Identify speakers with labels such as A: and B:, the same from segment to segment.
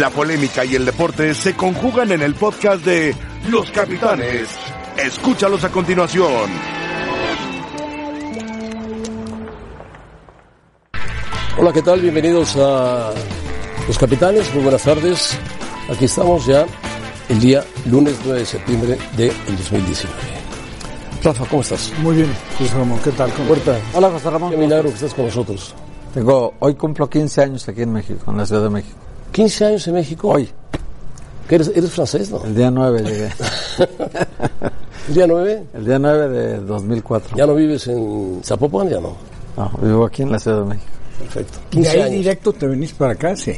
A: La polémica y el deporte se conjugan en el podcast de Los Capitanes. Escúchalos a continuación.
B: Hola, ¿qué tal? Bienvenidos a Los Capitanes. Muy buenas tardes. Aquí estamos ya el día lunes 9 de septiembre del 2019. Rafa, ¿cómo estás?
C: Muy bien, José Ramón, ¿qué tal? ¿Cómo estás?
D: Hola, José Ramón.
B: Qué milagro que estás con nosotros.
D: Tengo, hoy cumplo 15 años aquí en México, en la Ciudad de México.
B: 15 años en México.
D: Hoy,
B: ¿Qué eres, eres francés, ¿no?
D: el día 9 llegué.
B: El día 9
D: El día 9 de 2004.
B: ya no vives en Zapopan, ya no.
D: No, vivo aquí en la Ciudad de México.
B: Perfecto.
C: De
B: 15
C: ahí
B: años.
C: directo te venís para acá, sí.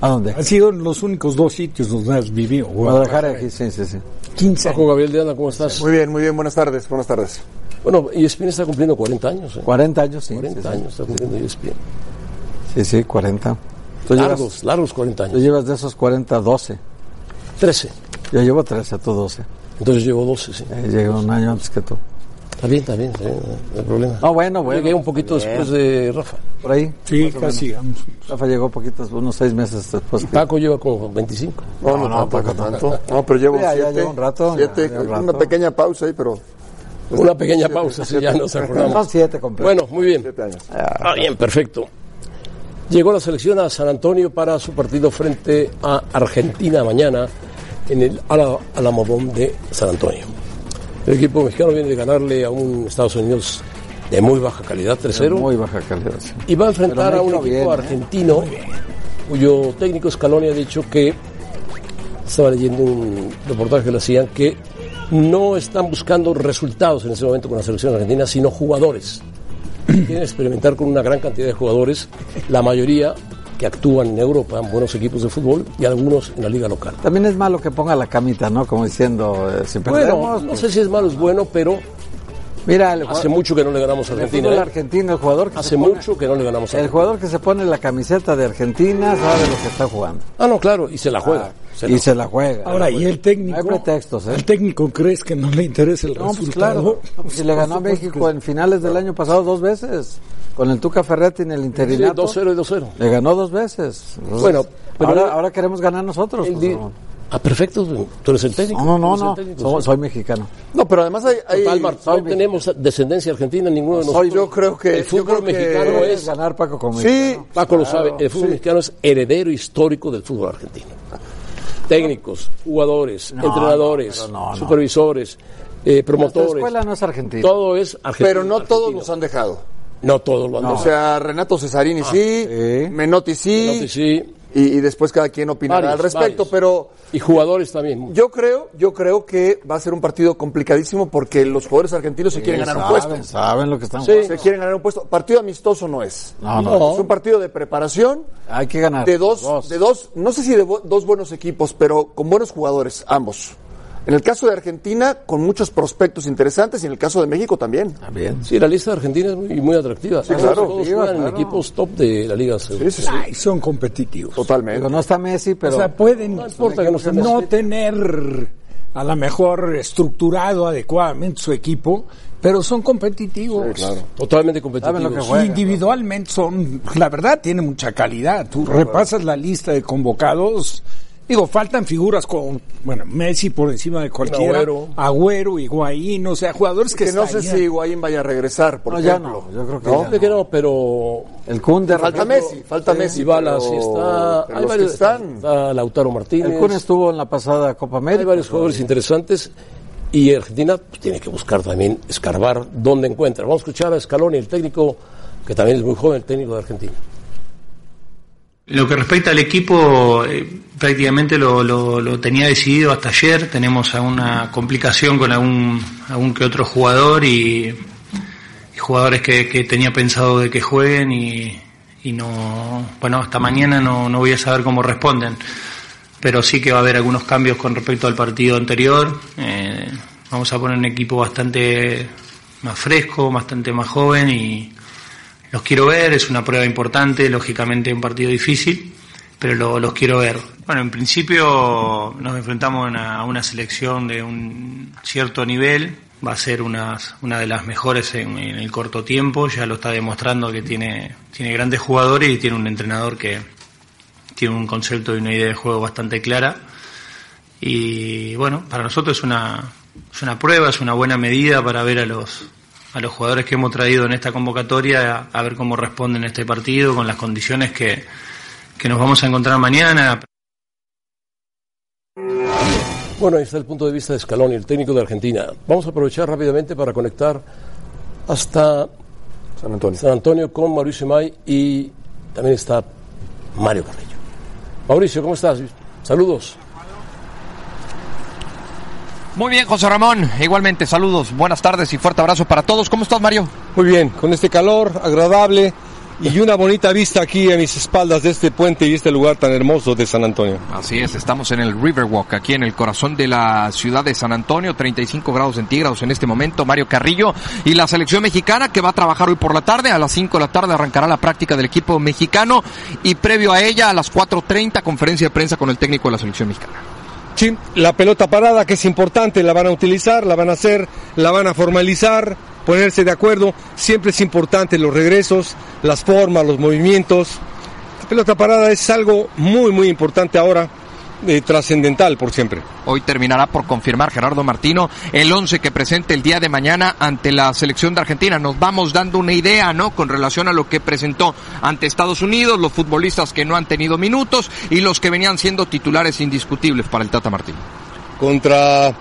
D: ¿A dónde?
C: Han sido los únicos dos sitios donde has vivido.
D: Guadalajara aquí, sí, sí, sí.
C: 15
B: Paco Gabriel de Anda, ¿cómo estás?
E: Muy bien, muy bien, buenas tardes, buenas tardes.
B: Bueno, ESPN está cumpliendo 40 años. ¿eh?
D: 40 años, sí.
B: 40
D: sí, sí.
B: años está cumpliendo ESPN.
D: Sí, sí, 40. Tú llevas,
B: Largos, largos 40
D: tú
B: años.
D: llevas de esos 40 12.
B: 13.
D: Yo llevo 13, tú 12.
B: Entonces llevo 12, sí.
D: Eh, llegué un año antes que tú.
B: Está bien, está bien, está bien, no hay problema.
D: Ah, bueno, bueno.
B: Llegué un poquito después de Rafa.
D: Por ahí.
C: Sí, casi. vamos.
D: Rafa llegó poquitos, unos 6 meses después. que-
B: Paco lleva como 25.
E: No, no, tampoco tanto. No, pero llevo
D: Ya, ya
E: siete,
D: llevo un rato,
E: siete,
D: ya llevo un
E: una
D: rato.
E: pequeña pausa ahí, pero pues,
B: Una pequeña pausa, si ya nos
D: Son
B: acordamos.
D: 7 completos.
B: Bueno, muy bien.
E: siete años.
B: Ah, bien, perfecto. Llegó la selección a San Antonio para su partido frente a Argentina mañana en el Ala- Alamodón de San Antonio. El equipo mexicano viene de ganarle a un Estados Unidos de muy baja calidad, 3-0.
D: Muy baja calidad. sí.
B: y va a enfrentar
D: Pero
B: a un
D: México
B: equipo
D: bien, ¿eh?
B: argentino cuyo técnico Scaloni ha dicho que estaba leyendo un reportaje que le hacían que no están buscando resultados en ese momento con la selección argentina, sino jugadores. Quieren experimentar con una gran cantidad de jugadores, la mayoría que actúan en Europa, en buenos equipos de fútbol y algunos en la liga local.
D: También es malo que ponga la camita, ¿no? Como diciendo, eh, si perdemos.
B: Bueno, no
D: pues,
B: sé si es malo o es bueno, pero
D: Mira, el,
B: hace
D: jugad-
B: mucho que no le ganamos a
D: el fútbol
B: Argentina. ¿eh?
D: argentino, el jugador, que
B: Hace
D: se pone-
B: mucho que no le ganamos a
D: el
B: Argentina.
D: jugador que se pone la camiseta de Argentina sabe lo que está jugando. Ah,
B: Ah, no, claro, y se la juega. se
D: y
B: la
D: se la juega.
C: Ahora, ¿y el técnico?
D: Hay pretextos, ¿eh?
C: ¿El técnico crees que no le interesa el
D: No, pues
C: resultado?
D: claro. No, pues si le ganó a México en finales del año pasado dos veces, con el Tuca Ferretti en el
B: Sí,
D: interinato.
B: 2-0 y 2-0.
D: le ganó dos veces. Entonces,
B: Bueno, pero-
D: ahora, ahora queremos ganar nosotros.
B: El
D: pues,
B: di-
D: no.
B: Ah, perfecto. Tú eres el técnico.
D: no, no,
B: tú
D: no.
B: eres el técnico,
D: Soy,
B: sí.
D: soy mexicano.
E: No, pero además hay, hay-
B: Palmar,
D: soy
B: no tenemos descendencia argentina ninguno de
E: soy-
B: nosotros.
E: yo creo que
B: el fútbol
E: yo creo que-
B: mexicano
D: Puedes
B: es
D: ganar, Paco, como
E: sí,
B: Paco lo sabe, el fútbol mexicano es heredero histórico del fútbol argentino. Técnicos, jugadores,
D: No,
B: entrenadores,
D: no, pero no, no.
B: supervisores, eh, promotores.
D: Nuestra escuela no es argentina.
B: Todo es argentino.
E: pero no todos
B: argentino.
E: nos han dejado.
B: No todos lo han
E: O sea, Renato Cesarini sí,
D: sí.
E: Menotti sí,
B: dejado. Sí,
E: Y, y después cada quien opinará
B: varios,
E: al respecto,
B: varios.
E: pero
B: Y jugadores también.
E: yo creo, yo creo que va a ser un partido complicadísimo porque los jugadores argentinos se quieren ganar un puesto.
D: Saben, saben lo que están
E: Sí,
D: jugando.
E: se quieren ganar un puesto. Partido amistoso no es.
D: No, no.
E: Es un partido de preparación.
D: Hay que ganar.
E: de dos, de dos, no sé si de bo- dos buenos equipos, pero con buenos jugadores, ambos. En el caso de Argentina, con muchos prospectos interesantes, y en el caso de México también.
D: Ah, bien.
B: Sí, la lista de Argentina es muy, muy atractiva. Todos-
E: claro.
B: Todos juegan en
D: Claro.
B: equipos top de la Liga Segunda.
C: Ay, son competitivos.
D: Digo,
E: Totalmente.
D: no está Messi, pero.
C: o sea, pueden
B: No importa que no se
C: no
B: necesite.
C: tener a lo mejor estructurado adecuadamente su equipo, pero son competitivos.
B: Totalmente competitivos.
D: Saben lo que
C: Y
D: juegan,
C: individualmente son, la verdad, tiene mucha calidad. Tú repasas la lista de convocados. Digo, faltan figuras como, bueno, Messi por encima de cualquiera,
B: Agüero.
C: Agüero, Higuaín, o sea, jugadores que,
E: Que no sé
C: estarían-
E: si Higuaín vaya a regresar, por
D: No, ya
E: ejemplo.
D: no. Yo creo que.
B: No,
D: ya
B: creo que no, pero
D: El Kun de
E: Falta Messi, falta Messi.
B: Dybala
E: pero-
B: sí está.
E: pero
B: Hay
E: los que
B: varios,
E: están.
B: está Lautaro
D: El
B: Martínez.
D: Kun estuvo en la pasada Copa América.
B: Hay varios jugadores interesantes y Argentina pues, tiene que buscar también escarbar dónde encuentra. Vamos a escuchar a Scaloni, el técnico que también es muy joven, el técnico de Argentina.
F: Lo que respecta al equipo, eh, prácticamente lo, lo- lo tenía decidido hasta ayer. Tenemos alguna complicación con algún, algún que otro jugador y, y jugadores que, que tenía pensado de que jueguen y, y no, bueno, hasta mañana no, no voy a saber cómo responden. Pero sí que va a haber algunos cambios con respecto al partido anterior. Eh, vamos a poner un equipo bastante más fresco, bastante más joven y, los quiero ver, es una prueba importante, lógicamente un partido difícil, pero lo- los quiero ver. Bueno, en principio nos enfrentamos a una, a una selección de un cierto nivel, va a ser unas- una de las mejores en, en el corto tiempo, ya lo está demostrando que tiene, tiene grandes jugadores y tiene un entrenador que, tiene un concepto y una idea de juego bastante clara. Y bueno, para nosotros es una, es una prueba, es una buena medida para ver a los, a los jugadores que hemos traído en esta convocatoria, a, a ver cómo responden a este partido, con las condiciones que, que nos vamos a encontrar mañana.
B: Bueno, ahí está el punto de vista de Scaloni, el técnico de Argentina. Vamos a aprovechar rápidamente para conectar hasta
E: San Antonio.
B: San Antonio con Mauricio May y también está Mario Carrillo. Mauricio, ¿cómo estás? Saludos.
G: Muy bien, José Ramón. Igualmente, saludos, buenas tardes y fuerte abrazo para todos. ¿Cómo estás, Mario?
H: Muy bien, con este calor agradable y una bonita vista aquí a mis espaldas de este puente y este lugar tan hermoso de San Antonio.
G: Así es, estamos en el Riverwalk, aquí en el corazón de la ciudad de San Antonio, 35 grados centígrados en este momento, Mario Carrillo y la selección mexicana que va a trabajar hoy por la tarde, a las 5 de la tarde arrancará la práctica del equipo mexicano y previo a ella a las 4.30 conferencia de prensa con el técnico de la selección mexicana.
H: Sí, la pelota parada que es importante, la van a utilizar, la van a hacer, la van a formalizar, ponerse de acuerdo. Siempre es importante los regresos, las formas, los movimientos. La pelota parada es algo muy, muy importante ahora, eh, trascendental por siempre.
G: Hoy terminará por confirmar Gerardo Martino el 11 que presente el día de mañana ante la selección de Argentina. Nos vamos dando una idea, ¿no? Con relación a lo que presentó ante Estados Unidos, los futbolistas que no han tenido minutos y los que venían siendo titulares indiscutibles para el Tata Martino.
H: Contra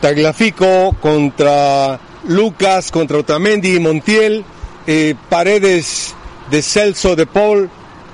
H: Taglafico, contra Lucas, contra Otamendi, Montiel, eh, Paredes de Celso, de Paul,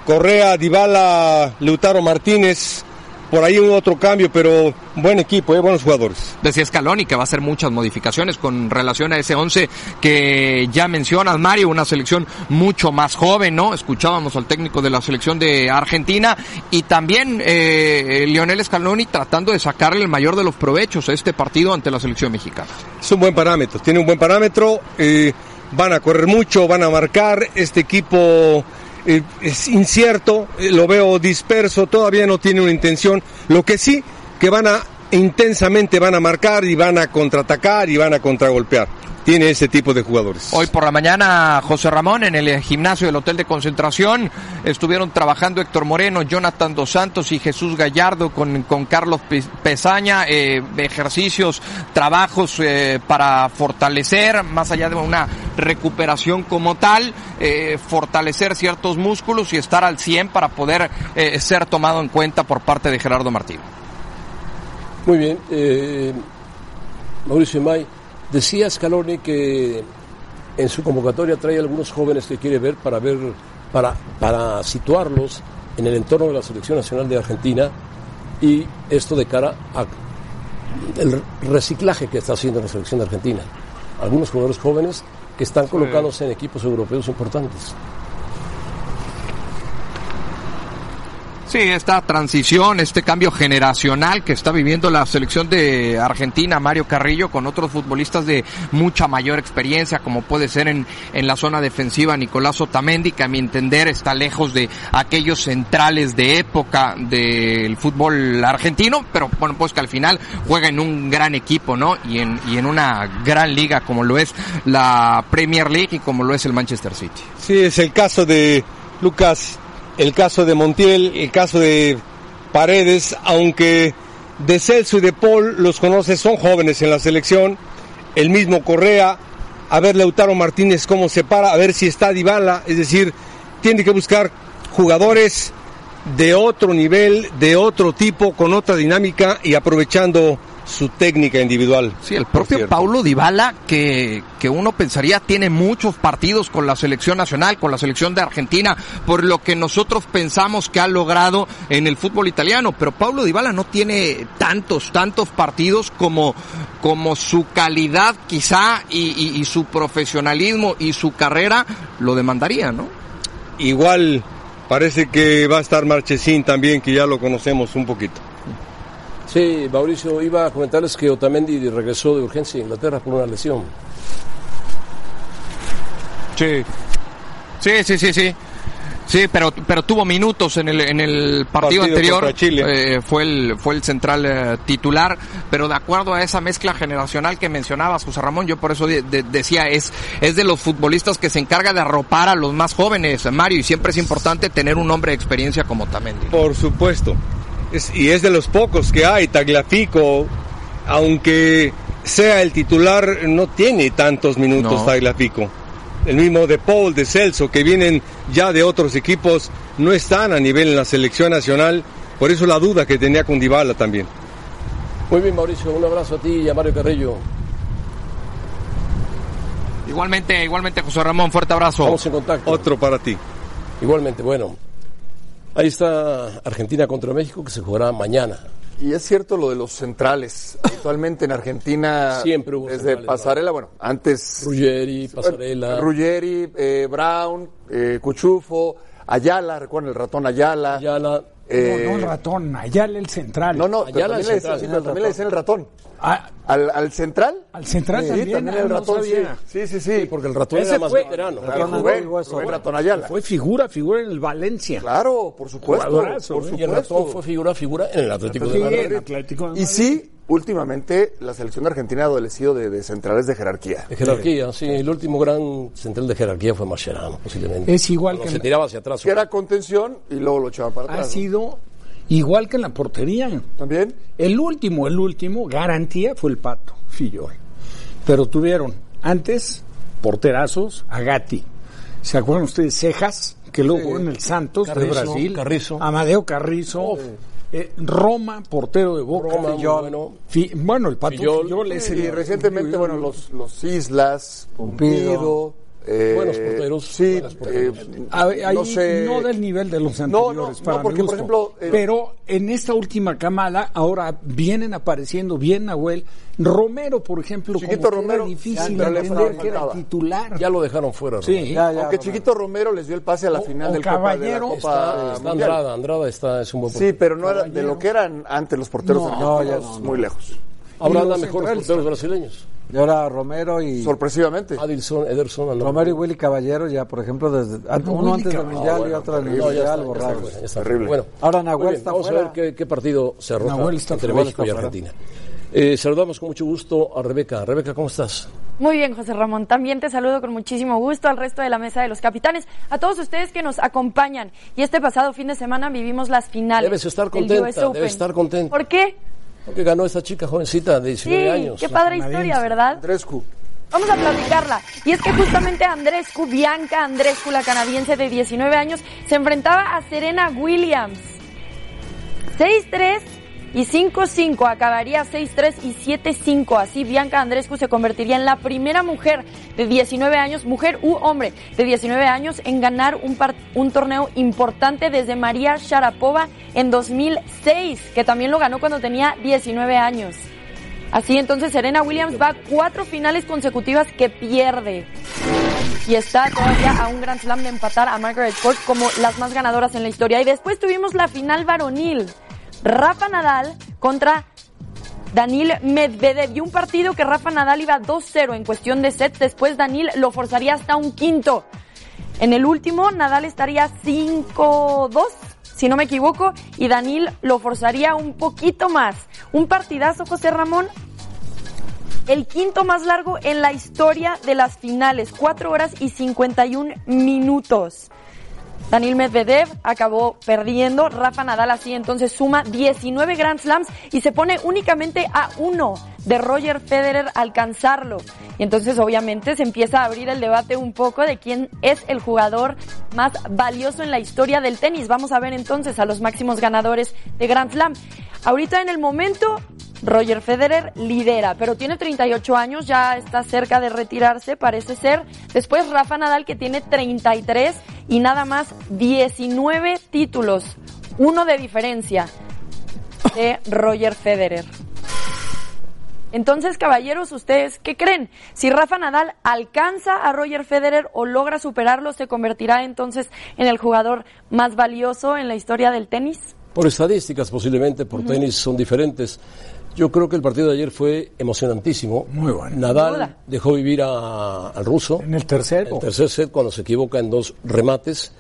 H: Correa, Dybala, Lautaro Martínez por ahí un otro cambio, pero buen equipo, ¿eh? buenos jugadores.
G: Decía Scaloni que va a hacer muchas modificaciones con relación a ese 11 que ya mencionas, Mario, una selección mucho más joven, ¿no? Escuchábamos al técnico de la selección de Argentina y también eh, Lionel Scaloni tratando de sacarle el mayor de los provechos a este partido ante la selección mexicana.
H: Es un buen parámetro, tiene un buen parámetro, eh, van a correr mucho, van a marcar, este equipo... Eh, es incierto, eh, lo veo disperso, todavía no tiene una intención. Lo que sí, que van a intensamente van a marcar y van a contraatacar y van a contragolpear. Tiene ese tipo de jugadores.
G: Hoy por la mañana, José Ramón, en el gimnasio del Hotel de Concentración, estuvieron trabajando Héctor Moreno, Jonathan Dos Santos y Jesús Gallardo con, con Carlos Pesaña, eh, ejercicios, trabajos eh, para fortalecer, más allá de una recuperación como tal, eh, fortalecer ciertos músculos y estar al 100 para poder eh, ser tomado en cuenta por parte de Gerardo Martino.
B: Muy bien. Eh, Mauricio May, decía Scaloni que en su convocatoria trae algunos jóvenes que quiere ver para ver para, para situarlos en el entorno de la Selección Nacional de Argentina y esto de cara a el reciclaje que está haciendo la selección de Argentina. Algunos jugadores jóvenes que están colocándose en equipos europeos importantes.
G: Sí, esta transición, este cambio generacional que está viviendo la selección de Argentina, Mario Carrillo, con otros futbolistas de mucha mayor experiencia, como puede ser en, en la zona defensiva Nicolás Otamendi, que a mi entender está lejos de aquellos centrales de época del fútbol argentino, pero bueno, pues que al final juega en un gran equipo, ¿no? Y en, y en una gran liga como lo es la Premier League y como lo es el Manchester City.
H: Sí, es el caso de Lucas el caso de Montiel, el caso de Paredes, aunque de Celso y de Paul los conoce, son jóvenes en la selección, el mismo Correa, a ver Lautaro Martínez cómo se para, a ver si está Dybala, es decir, tiene que buscar jugadores de otro nivel, de otro tipo, con otra dinámica y aprovechando su técnica individual.
G: Sí, el propio Paulo Dybala, que, que uno pensaría tiene muchos partidos con la selección nacional, con la selección de Argentina, por lo que nosotros pensamos que ha logrado en el fútbol italiano, pero Paulo Dybala no tiene tantos, tantos partidos como, como su calidad quizá y, y, y su profesionalismo y su carrera lo demandaría, ¿no?
H: Igual parece que va a estar Marchesín también, que ya lo conocemos un poquito.
B: Sí, Mauricio, iba a comentarles que Otamendi regresó de urgencia a Inglaterra por una lesión.
G: Sí. Sí, sí, sí, sí. Sí, pero, pero tuvo minutos en el, en el partido,
H: Partido
G: anterior.
H: contra Chile.
G: Eh, fue, el, fue el central eh, titular, pero de acuerdo a esa mezcla generacional que mencionabas, José Ramón, yo por eso de- de- decía, es, es de los futbolistas que se encarga de arropar a los más jóvenes, eh, Mario, y siempre es importante tener un hombre de experiencia como Tamendi.
H: Por supuesto. Es- y es de los pocos que hay. Tagliafico, aunque sea el titular, no tiene tantos minutos
G: No.
H: Tagliafico. El mismo de Paul, de Celso, que vienen ya de otros equipos, no están a nivel en la selección nacional. Por eso la duda que tenía con Dybala también.
B: Muy bien, Mauricio, un abrazo a ti y a Mario Carrillo.
G: Igualmente, igualmente, José Ramón, fuerte abrazo.
B: Vamos en contacto.
H: Otro para ti.
B: Igualmente, bueno. Ahí está Argentina contra México que se jugará mañana.
E: Y es cierto lo de los centrales. Actualmente en Argentina,
B: Siempre hubo
E: desde
B: centrales,
E: Pasarela, bueno, antes
B: Ruggeri, Pasarela,
E: Ruggeri, eh, Brown, eh, Cuchufo, Ayala, recuerdan el ratón Ayala.
B: Ayala.
E: eh,
C: no, no, el ratón, allá el central.
E: no, no, pero
B: Ayala
E: también,
B: al
E: le
B: central,
E: decían, sí, pero también le decían el ratón.
C: Ah,
E: ¿Al, al central?
C: al central
E: Sí,
C: también. ah,
E: el
C: no
E: ratón, sí.
C: sabía.
E: sí. Sí, sí,
B: porque el ratón
E: Ese
B: era más
E: fue-
B: veterano.
E: Ah,
D: Ratón
E: Rubén,
D: Algo, eso.
E: Rubén Ratón Ayala.
C: Fue figura, figura en el Valencia.
E: Claro, por supuesto.
C: Jugadorazo,
E: por
C: ¿eh?
B: Y el ratón
E: supuesto.
B: fue figura figura en el Atlético
C: Sí,
B: de Madrid.
C: en Atlético de
E: Y
C: Madrid.
E: sí, últimamente la selección de Argentina ha adolecido de, de centrales de jerarquía.
B: De jerarquía, sí. El último gran central de jerarquía fue Mascherano, posiblemente.
C: Es igual
B: Cuando
C: que
B: se
C: en-
B: tiraba hacia atrás.
E: Que era contención y luego lo echaban para
C: ha
E: atrás. ¿no?
C: sido igual que en la portería.
E: También.
C: El último, el último, garantía fue el Pato Fillol. Pero tuvieron antes porterazos a Gatti. ¿Se acuerdan ustedes? Cejas, que luego jugó en el Santos de
B: Carrizo,
C: Brasil.
B: Carrizo.
C: Amadeo Carrizo. Eh, Roma, portero de Boca.
B: Roma, muy
C: Fillol.
B: bueno.
C: Fi- bueno, el Pato
B: Fillol.
C: Fillol, es el...
E: Y recientemente, bueno, los, los Islas,
D: Pumpido.
E: Pumpido. eh,
B: Buenos porteros,
E: Sí,
B: buenos porteros.
E: eh,
C: A- ahí no,
E: no sé.
C: del nivel de los
E: No,
C: anteriores,
E: no,
C: para
E: no, porque,
C: mi
E: por
C: gusto.
E: ejemplo, eh,
C: Pero en esta última camada, ahora vienen apareciendo bien Nahuel. Romero, por ejemplo,
E: Chiquito
C: como que
E: Romero,
C: era
E: sí,
C: difícil
E: pero le
C: entender que era
E: faltaba.
C: titular.
B: Ya lo dejaron fuera.
C: sí.
D: Ya, ya,
E: Aunque
D: Romero.
E: Chiquito Romero les dio el pase a la
C: O-
E: final
C: o
E: del Copa, de la
C: Caballero
E: Copa
B: Está, está
E: Mundial.
B: Andrada, Andrada está, es un buen
E: Sí,
B: portero.
E: pero no era de lo que eran antes los porteros.
C: No,
E: argentinos,
D: no, ya no, no.
E: Muy lejos.
B: Ahora
C: y los
B: andan mejor los
C: centrales-
B: porteros brasileños.
D: Y ahora Romero y
E: Sorpresivamente.
B: Adilson, Ederson, andan-
D: Romero y Willy Caballero ya, por ejemplo, desde ah, uno
C: Willy
D: antes del
C: Caballero.
D: Mundial y otro del
B: No, ya está,
D: Mundial
B: ya está
D: borrados.
B: fuera, ya está
E: Terrible.
B: fuera. Bueno,
D: Ahora Nahuel
B: muy bien,
D: está
B: vamos a ver
D: fuera.
B: qué, qué partido se arroja
C: Nahuel está
B: entre
C: fuera.
B: México y
D: Nahuel
B: Argentina. Eh, saludamos con mucho gusto a Rebeca. Rebeca, ¿cómo estás?
I: Muy bien, José Ramón. También te saludo con muchísimo gusto al resto de la mesa de los capitanes, a todos ustedes que nos acompañan. Y este pasado fin de semana vivimos las finales.
B: Debes estar
I: del
B: contenta,
I: US Open.
B: debes estar contenta.
I: ¿Por qué?
B: Porque ganó esta chica jovencita de
I: Sí,
B: 19 años.
I: qué padre historia, ¿verdad?
E: Andrescu.
I: Vamos a platicarla. Y es que justamente Andrescu, Bianca Andrescu, la canadiense de 19 años, se enfrentaba a Serena Williams. 6-3 y 5-5. Acabaría 6-3 y 7-5. Así Bianca Andrescu se convertiría en la primera mujer de 19 años, mujer u hombre de 19 años, en ganar un, par- un torneo importante desde María Sharapova en 2006, que también lo ganó cuando tenía 19 años. Así entonces Serena Williams va a cuatro finales consecutivas que pierde. Y está todavía a un gran slam de empatar a Margaret Court como las más ganadoras en la historia. Y después tuvimos la final varonil. Rafa Nadal contra Danil Medvedev. Y un partido que Rafa Nadal iba 2-0 en cuestión de sets. Después Danil lo forzaría hasta un quinto. En el último, Nadal estaría 5-2, si no me equivoco, y Danil lo forzaría un poquito más. Un partidazo, José Ramón. El quinto más largo en la historia de las finales, 4 horas y 51 minutos. Daniel Medvedev acabó perdiendo, Rafa Nadal así entonces suma 19 Grand Slams y se pone únicamente a uno de Roger Federer alcanzarlo. Y entonces obviamente se empieza a abrir el debate un poco de quién es el jugador más valioso en la historia del tenis. Vamos a ver entonces a los máximos ganadores de Grand Slam. Ahorita en el momento Roger Federer lidera, pero tiene 38 años, ya está cerca de retirarse, parece ser. Después Rafa Nadal, que tiene 33 y nada más 19 títulos, uno de diferencia de Roger Federer. Entonces, caballeros, ¿ustedes qué creen? Si Rafa Nadal alcanza a Roger Federer o logra superarlo, ¿se convertirá entonces en el jugador más valioso en la historia del tenis?
B: Por estadísticas posiblemente, por tenis son diferentes. Yo creo que el partido de ayer fue emocionantísimo.
C: Muy bueno.
B: Nadal
I: Sin duda.
B: dejó vivir a- al ruso.
C: En el tercero.
B: El tercer set, cuando se equivoca en dos remates,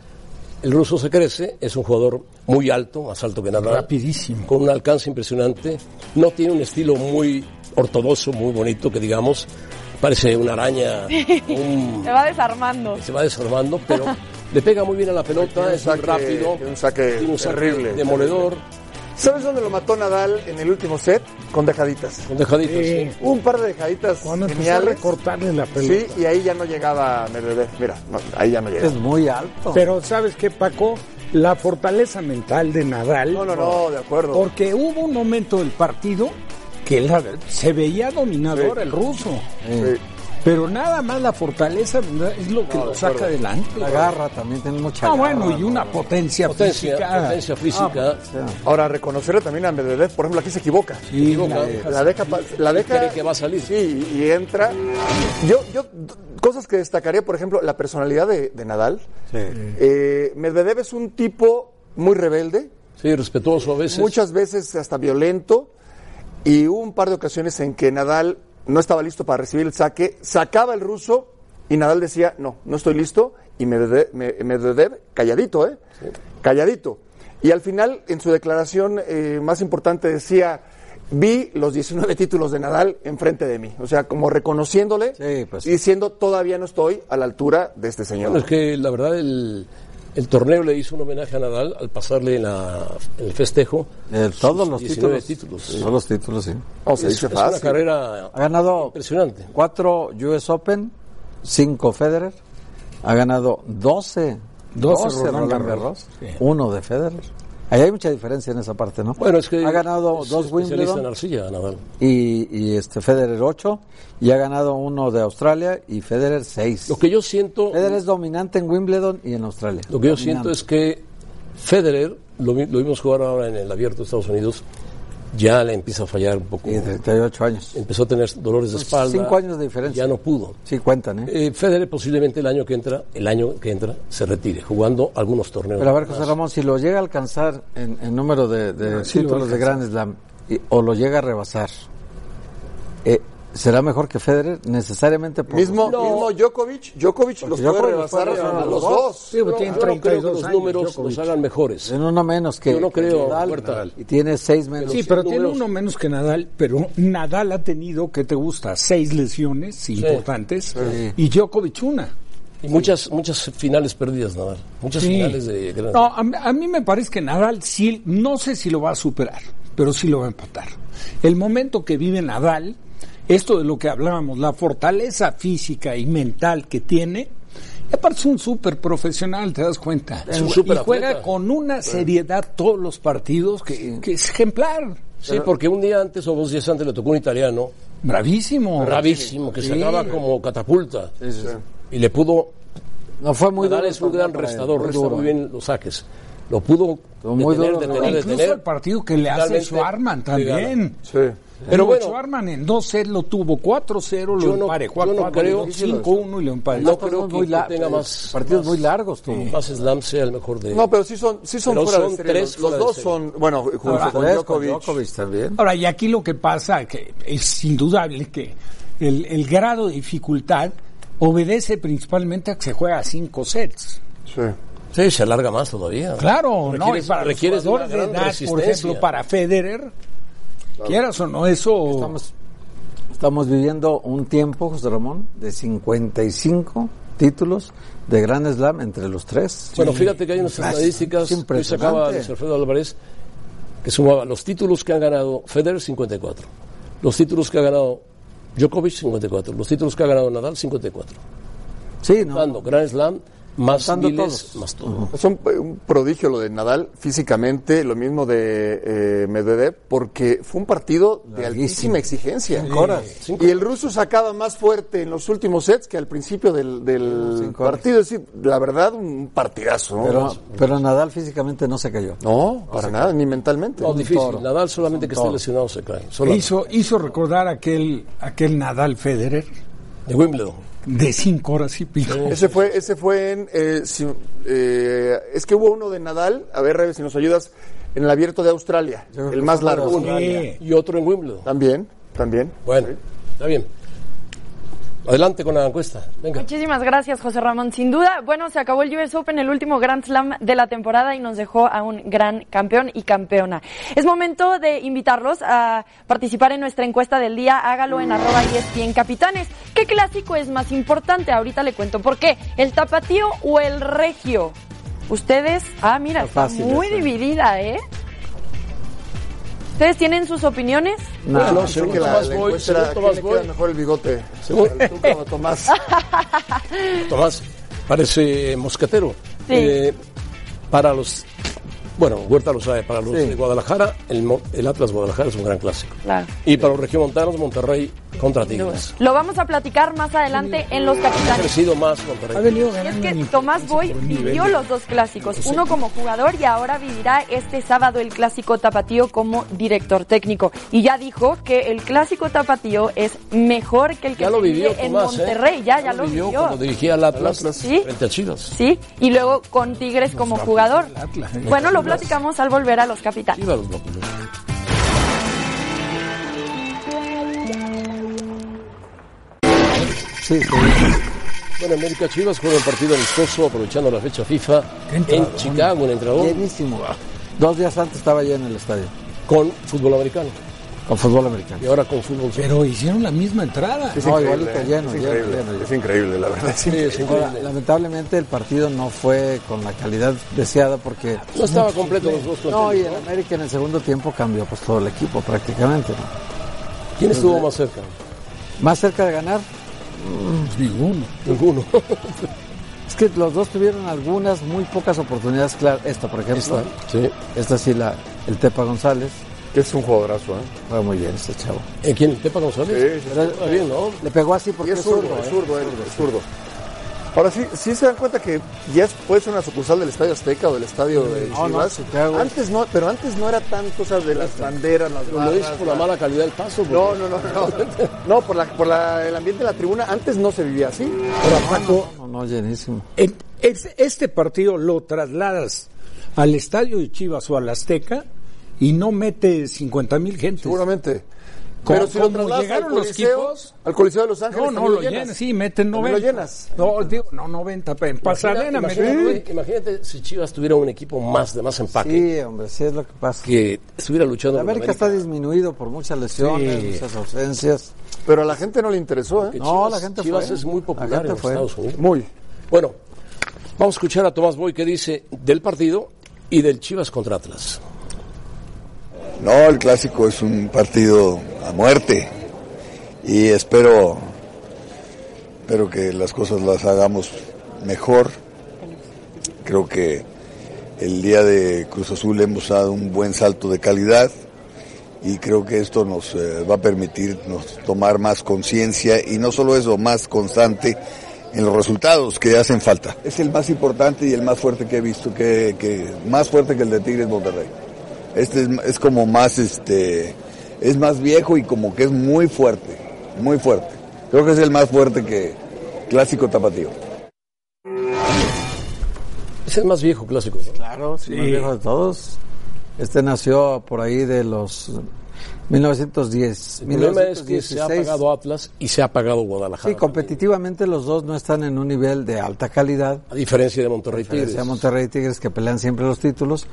B: El ruso se crece, es un jugador muy alto, más alto que nada.
C: Rapidísimo.
B: Con un alcance impresionante. No tiene un estilo muy ortodoxo, muy bonito, que digamos, parece una araña.
D: Mm.
B: un-
I: Se va desarmando.
B: se va desarmando, pero le pega muy bien a la pelota, es muy
E: saque-
B: rápido.
E: tiene un saque
B: tiene un saque
E: terrible,
B: Demoledor,
E: ¿Sabes dónde lo mató Nadal en el último set? Con dejaditas.
B: con dejaditos.
C: Eh,
E: Un par de dejaditas
C: cuando empezó a
E: geniales.
C: recortarle la pelota.
E: Sí, y ahí ya no llegaba Medvedev. Mira, no, ahí ya no
D: Es
E: llegaba.
D: muy alto.
C: Pero ¿sabes qué, Paco? La fortaleza mental de Nadal.
E: No, no, no, de acuerdo.
C: Porque hubo un momento del partido que el Nadal se veía dominador
E: Sí.
C: el ruso.
E: Sí.
C: Pero nada más la fortaleza es lo que
E: No,
C: lo
E: de
C: saca
E: acuerdo.
C: adelante.
D: La garra también tiene mucha
C: Ah,
D: garra,
C: bueno, y
D: ¿no?
C: una potencia,
B: Potencia,
C: física.
B: potencia
D: Ah,
B: física.
D: pues,
E: Ahora, reconocerle también a Medvedev, por ejemplo, aquí se equivoca.
C: Sí, la
B: equivoca.
C: deja-
E: La deja, pa- la deja
B: cree que va a salir.
E: Sí, y entra. Yo, yo d- cosas que destacaría, por ejemplo, la personalidad de, de Nadal. Eh, Medvedev es un tipo muy rebelde,
B: Sí, respetuoso a veces.
E: muchas veces hasta violento, y hubo un par de ocasiones en que Nadal no estaba listo para recibir el saque, sacaba el ruso y Nadal decía, no, no estoy listo, y Medvedev, me- Medvedev, calladito, ¿eh? Calladito. Y al final, en su declaración eh, más importante, decía, vi los 19 títulos de Nadal enfrente de mí, o sea, como reconociéndole
D: Sí, pues.
E: y diciendo, todavía no estoy a la altura de este señor.
B: Bueno, es que la verdad el, el torneo le hizo un homenaje a Nadal al pasarle la, el festejo.
D: Eh, todos los
B: 19
D: títulos.
B: títulos.
D: Todos los títulos, sí.
E: No, se
B: es,
E: dice
B: es una
E: fácil.
B: carrera
D: Ha ganado
B: impresionante.
D: cuatro US Open, cinco Federer. Ha ganado 12,
C: 12
D: 12,
C: Roland
D: Roland
C: Garros.
D: Garros,
C: Sí.
D: uno de Federer. Ahí hay mucha diferencia en esa parte, ¿no?
B: Bueno, es que
D: ha ganado
B: Pues, es
D: dos
B: especialista en
D: Wimbledon
B: arcilla Nadal.
D: y, y este Federer 8 y ha ganado uno de Australia y Federer 6.
B: Lo que yo siento,
D: Federer es dominante en Wimbledon y en Australia.
B: lo que yo
D: Dominante.
B: siento es que Federer lo, vi- lo vimos jugar ahora en el Abierto de Estados Unidos, ya le empieza a fallar un poco.
D: Y de 38 años.
B: Empezó a tener dolores de
D: Pues,
B: espalda.
D: cinco años de diferencia.
B: Ya no pudo.
D: Sí, cuentan, ¿eh?
B: Eh, Federer posiblemente el año que entra, el año que entra, se retire jugando algunos torneos.
D: Pero a ver, José Ramón, si lo llega a alcanzar en, en número de, de
C: Sí lo va a
D: títulos de Grand Slam y- o lo llega a rebasar, eh, ¿será mejor que Federer? Necesariamente por
E: Mismo,
B: No.
E: mismo Djokovic, Djokovic los puede
D: Djokovic
E: rebasar
D: puede
E: a
D: rebasar
E: los dos.
C: Sí, pero tiene
B: Yo no creo que
C: 32
B: los
C: años,
B: números
C: Djokovic.
B: nos hagan mejores.
D: En uno menos que.
B: Yo no
D: que
B: creo,
D: Nadal,
C: ah,
B: Huerta.
D: Y tiene seis menos.
C: Sí, pero tiene
B: números.
C: uno menos que Nadal, pero Nadal ha tenido, ¿qué te gusta? Seis lesiones importantes y Djokovic una.
B: Y muchas, muchas finales perdidas, Nadal. Muchas
C: Sí.
B: finales de Grand
C: No,
B: Slam.
C: a, mí- a mí me parece que Nadal sí, no sé si lo va a superar, pero sí lo va a empatar. El momento que vive Nadal, esto de lo que hablábamos, la fortaleza física y mental que tiene, y aparte es un súper profesional, te das cuenta.
B: Es un
C: Y
B: superatleta.
C: juega con una seriedad todos los partidos que, que es ejemplar.
B: Sí, porque un día antes o dos días antes le tocó un italiano,
C: Bravísimo.
B: bravísimo, que se acaba como catapulta. Y le pudo.
D: No fue muy
B: Nadal
D: duro.
B: es un gran restador, resta
D: duro.
B: muy bien los saques. Lo pudo
D: Muy
B: detener,
D: duro,
B: detener,
D: Nadal.
C: Incluso
B: detener.
C: el partido que le hace
B: Finalmente,
C: Schwarman
B: le gana.
C: también.
E: Sí.
B: Pero bueno,
C: Schwarman en 2-0 lo tuvo, 4-0
B: Yo
C: lo
B: no-
C: emparejó, a
B: yo no
C: cuatro,
B: creo-
C: 5-1 y lo emparejó.
B: No
C: a
B: creo que
D: muy
B: Quito
D: la-
B: tenga más.
D: partidos
B: más-
D: muy largos, tú.
B: Más slam sea el mejor de.
E: No, pero sí son, sí son
B: Pero
E: fuera
B: son
E: de serie.
B: tres
E: Los- Los
B: fuera de
E: dos
B: serie.
E: son, bueno, junto
D: Ahora,
E: con
D: tres
E: Djokovic.
D: Djokovic también.
C: Ahora, y aquí lo que pasa, que es indudable que el, el grado de dificultad obedece principalmente a que se juega a cinco sets.
E: Sí.
B: Sí, se alarga más todavía.
C: Claro, ¿no? Y
B: Requieres-
C: para
B: requieres
C: los jugadores
B: una
C: de
B: gran
C: edad, por
B: resistencia.
C: ejemplo, para Federer, quieras o no, eso...
D: Estamos, estamos viviendo un tiempo, José Ramón, de 55 títulos de Grand Slam entre los tres. Ah,
B: Bueno, fíjate que hay unas
D: Impresionante.
B: estadísticas. Hoy se acaba Luis Alfredo Álvarez, que sumaba los títulos que han ganado Federer, 54. Los títulos que ha ganado Djokovic, 54. Los títulos que ha ganado Nadal, 54.
D: Sí, ¿no?
B: Dando Grand Slam, más
D: Contando
B: miles,
D: todos.
B: más todo.
E: Es un, eh, un prodigio lo de Nadal físicamente, lo mismo de eh, Medvedev, porque fue un partido de altísima exigencia. Y el ruso sacaba más fuerte en los últimos sets que al principio del, del
D: Cinco horas.
E: partido. Es decir, la verdad, un partidazo. ¿no?
D: Pero, pero Nadal físicamente no se cayó.
E: no, para nada, ni mentalmente.
B: No, difícil.
D: toro.
B: Nadal solamente que esté
D: toro.
B: lesionado se cae.
C: Me
B: Solo
C: hizo, hizo recordar aquel, aquel Nadal Federer
B: de Wimbledon.
C: de cinco horas y pico.
E: Ese fue, ese fue en. eh, si- eh, es que hubo uno de Nadal. A ver, Rebe, si nos ayudas. En el abierto de Australia,
D: Yo creo
E: el
D: que
E: más
D: fue la de
E: largo.
C: Sí.
B: Y otro en Wimbledon.
E: También, también.
B: Bueno, está bien. Adelante con la encuesta. Venga.
I: Muchísimas gracias, José Ramón. Sin duda, bueno, se acabó el US Open, el último Grand Slam de la temporada y nos dejó a un gran campeón y campeona. Es momento de invitarlos a participar en nuestra encuesta del día. Hágalo en arroba E ESPN Capitanes. ¿Qué clásico es más importante? Ahorita le cuento por qué. ¿El tapatío o el regio? Ustedes, ah, mira,
D: Está
I: está
D: fácil
I: muy
D: esa.
I: dividida, ¿eh? ¿Ustedes tienen sus opiniones?
B: Bueno,
E: Creo
B: según
E: que la-
B: Tomás
E: la
B: Boy,
E: encuesta
B: según
E: era, ¿a quién
B: Tomás
E: le
B: Boy.
E: queda mejor el bigote?
B: Según-
E: ¿Al Tuca o a Tomás?
B: Tomás, parece mosquetero.
I: Sí.
B: Eh, para los. Bueno, Huerta lo sabe, para los de Guadalajara, el, Mo- el Atlas Guadalajara es un gran clásico.
I: Claro.
B: Y para los regiomontanos, Monterrey contra Tigres.
I: Lo vamos a platicar más adelante en los
B: Ha
I: capitanes.
B: crecido más Monterrey.
C: Ha venido
I: Y es
C: ganando.
I: que
C: en
I: Tomás
C: importancia
I: Boy
C: por nivel.
I: vivió los dos clásicos, uno como jugador y ahora vivirá este sábado el clásico tapatío como director técnico. Y ya dijo que el clásico tapatío es mejor que el que
B: Ya lo
I: se vive
B: vivió
I: en
B: Tomás, ¿eh?
I: Monterrey, ya, ya lo
B: cuando
I: vivió.
B: dirigía al Atlas,
I: Sí.
B: frente a Chivas.
I: Sí, y luego con Tigres como jugador.
C: Atlas, ¿eh?
I: Bueno, lo platicamos al volver a los capitanes.
B: Chivas los bloqueó.
D: Sí, sí.
B: Bueno, América Chivas juega un partido amistoso aprovechando la fecha FIFA en Chicago, en entrenador,
D: Llenísimo. Dos días antes estaba ya en el estadio,
B: con fútbol americano
D: con fútbol americano.
B: y ahora con fútbol.
C: Pero hicieron la misma entrada.
E: Es
D: No,
E: increíble,
D: igualito,
E: ¿eh?
D: lleno,
E: es,
D: lleno,
E: increíble.
D: lleno, lleno.
E: es increíble, la verdad. es increíble.
B: es
D: Ahora,
B: increíble.
D: lamentablemente el partido no fue con la calidad deseada porque...
B: No estaba completo los dos
D: No, y
B: planteles,
D: en
B: ¿no?
D: América en el segundo tiempo cambió pues todo el equipo prácticamente. ¿no?
B: ¿Quién estuvo más cerca?
D: Más cerca de ganar,
C: Ninguno.
B: Ninguno.
D: es que los dos tuvieron algunas muy pocas oportunidades, claro, esta por ejemplo, esta,
B: Sí.
D: sí la, el Tepa González,
E: Que es un jugadorazo, ¿eh?
D: juega muy bien este chavo.
B: ¿Eh, ¿Quién? ¿Tepa González?
E: Sí, sí,
B: Era- era bien, ¿no?
D: Le pegó así
E: Y
D: porque
E: es zurdo,
D: ¿eh?
E: es zurdo, él, es zurdo. Ahora sí, sí se dan cuenta que ya es, puede ser una sucursal del Estadio Azteca o del Estadio de
D: No, no,
E: Chivas.
D: Chicago.
E: antes no, pero antes no era tan cosa de las banderas, las
B: Lo dices
E: barras,
B: por la mala calidad del paso. porque-
E: No, no, no, no. No, por, la, por la- el ambiente de la tribuna antes no se vivía así.
D: No, no, llenísimo.
C: En- es- Este partido lo trasladas al estadio de Chivas o al Azteca y no mete 50 mil gente.
E: Seguramente.
C: Como-
E: Pero si lo
C: como
E: trasladas
C: llegaron
E: al
C: los
E: Coliseo,
C: equipos-
E: al Coliseo de Los
C: No,
E: Ángeles,
C: no,
E: también
C: lo llenas, sí, meten
E: También
C: 90.
E: lo llenas.
C: No, digo, no, 90, pero en Pasadena
B: imagínate,
C: meten...
B: imagínate si Chivas tuviera un equipo más de más empaque.
D: Sí, hombre, sí es lo que pasa.
B: Que estuviera luchando.
D: La
B: con
D: América está disminuido por muchas lesiones,
C: Sí.
D: muchas ausencias.
E: Pero a la gente no le interesó, ¿eh?
B: Que
D: No,
B: Chivas-
D: la gente
B: Chivas
D: fue.
B: es muy
D: La
B: popular
D: gente
B: en los
D: fue.
B: Estados Unidos.
E: Muy.
B: Bueno, vamos a escuchar a Tomás Boy que dice del partido y del Chivas contra Atlas.
J: No, el clásico es un partido a muerte y espero, espero que las cosas las hagamos mejor. Creo que el día de Cruz Azul hemos dado un buen salto de calidad y creo que esto nos eh, va a permitir nos tomar más conciencia y no solo eso, más constante en los resultados que hacen falta. Es el más importante y el más fuerte que he visto, que, que más fuerte que el de Tigres Monterrey. Este es, es como más, este, es más viejo y como que es muy fuerte, muy fuerte. Creo que es el más fuerte que clásico tapatío.
B: Es el más viejo clásico. ¿no?
D: Claro, sí. más viejo de todos. Este nació por ahí de los 1910.
B: El problema es que se ha pagado Atlas y se ha pagado Guadalajara.
D: Sí, competitivamente los dos no están en un nivel de alta calidad.
B: A diferencia de Monterrey Tigres.
D: Sea Monterrey y Tigres que pelean siempre los títulos.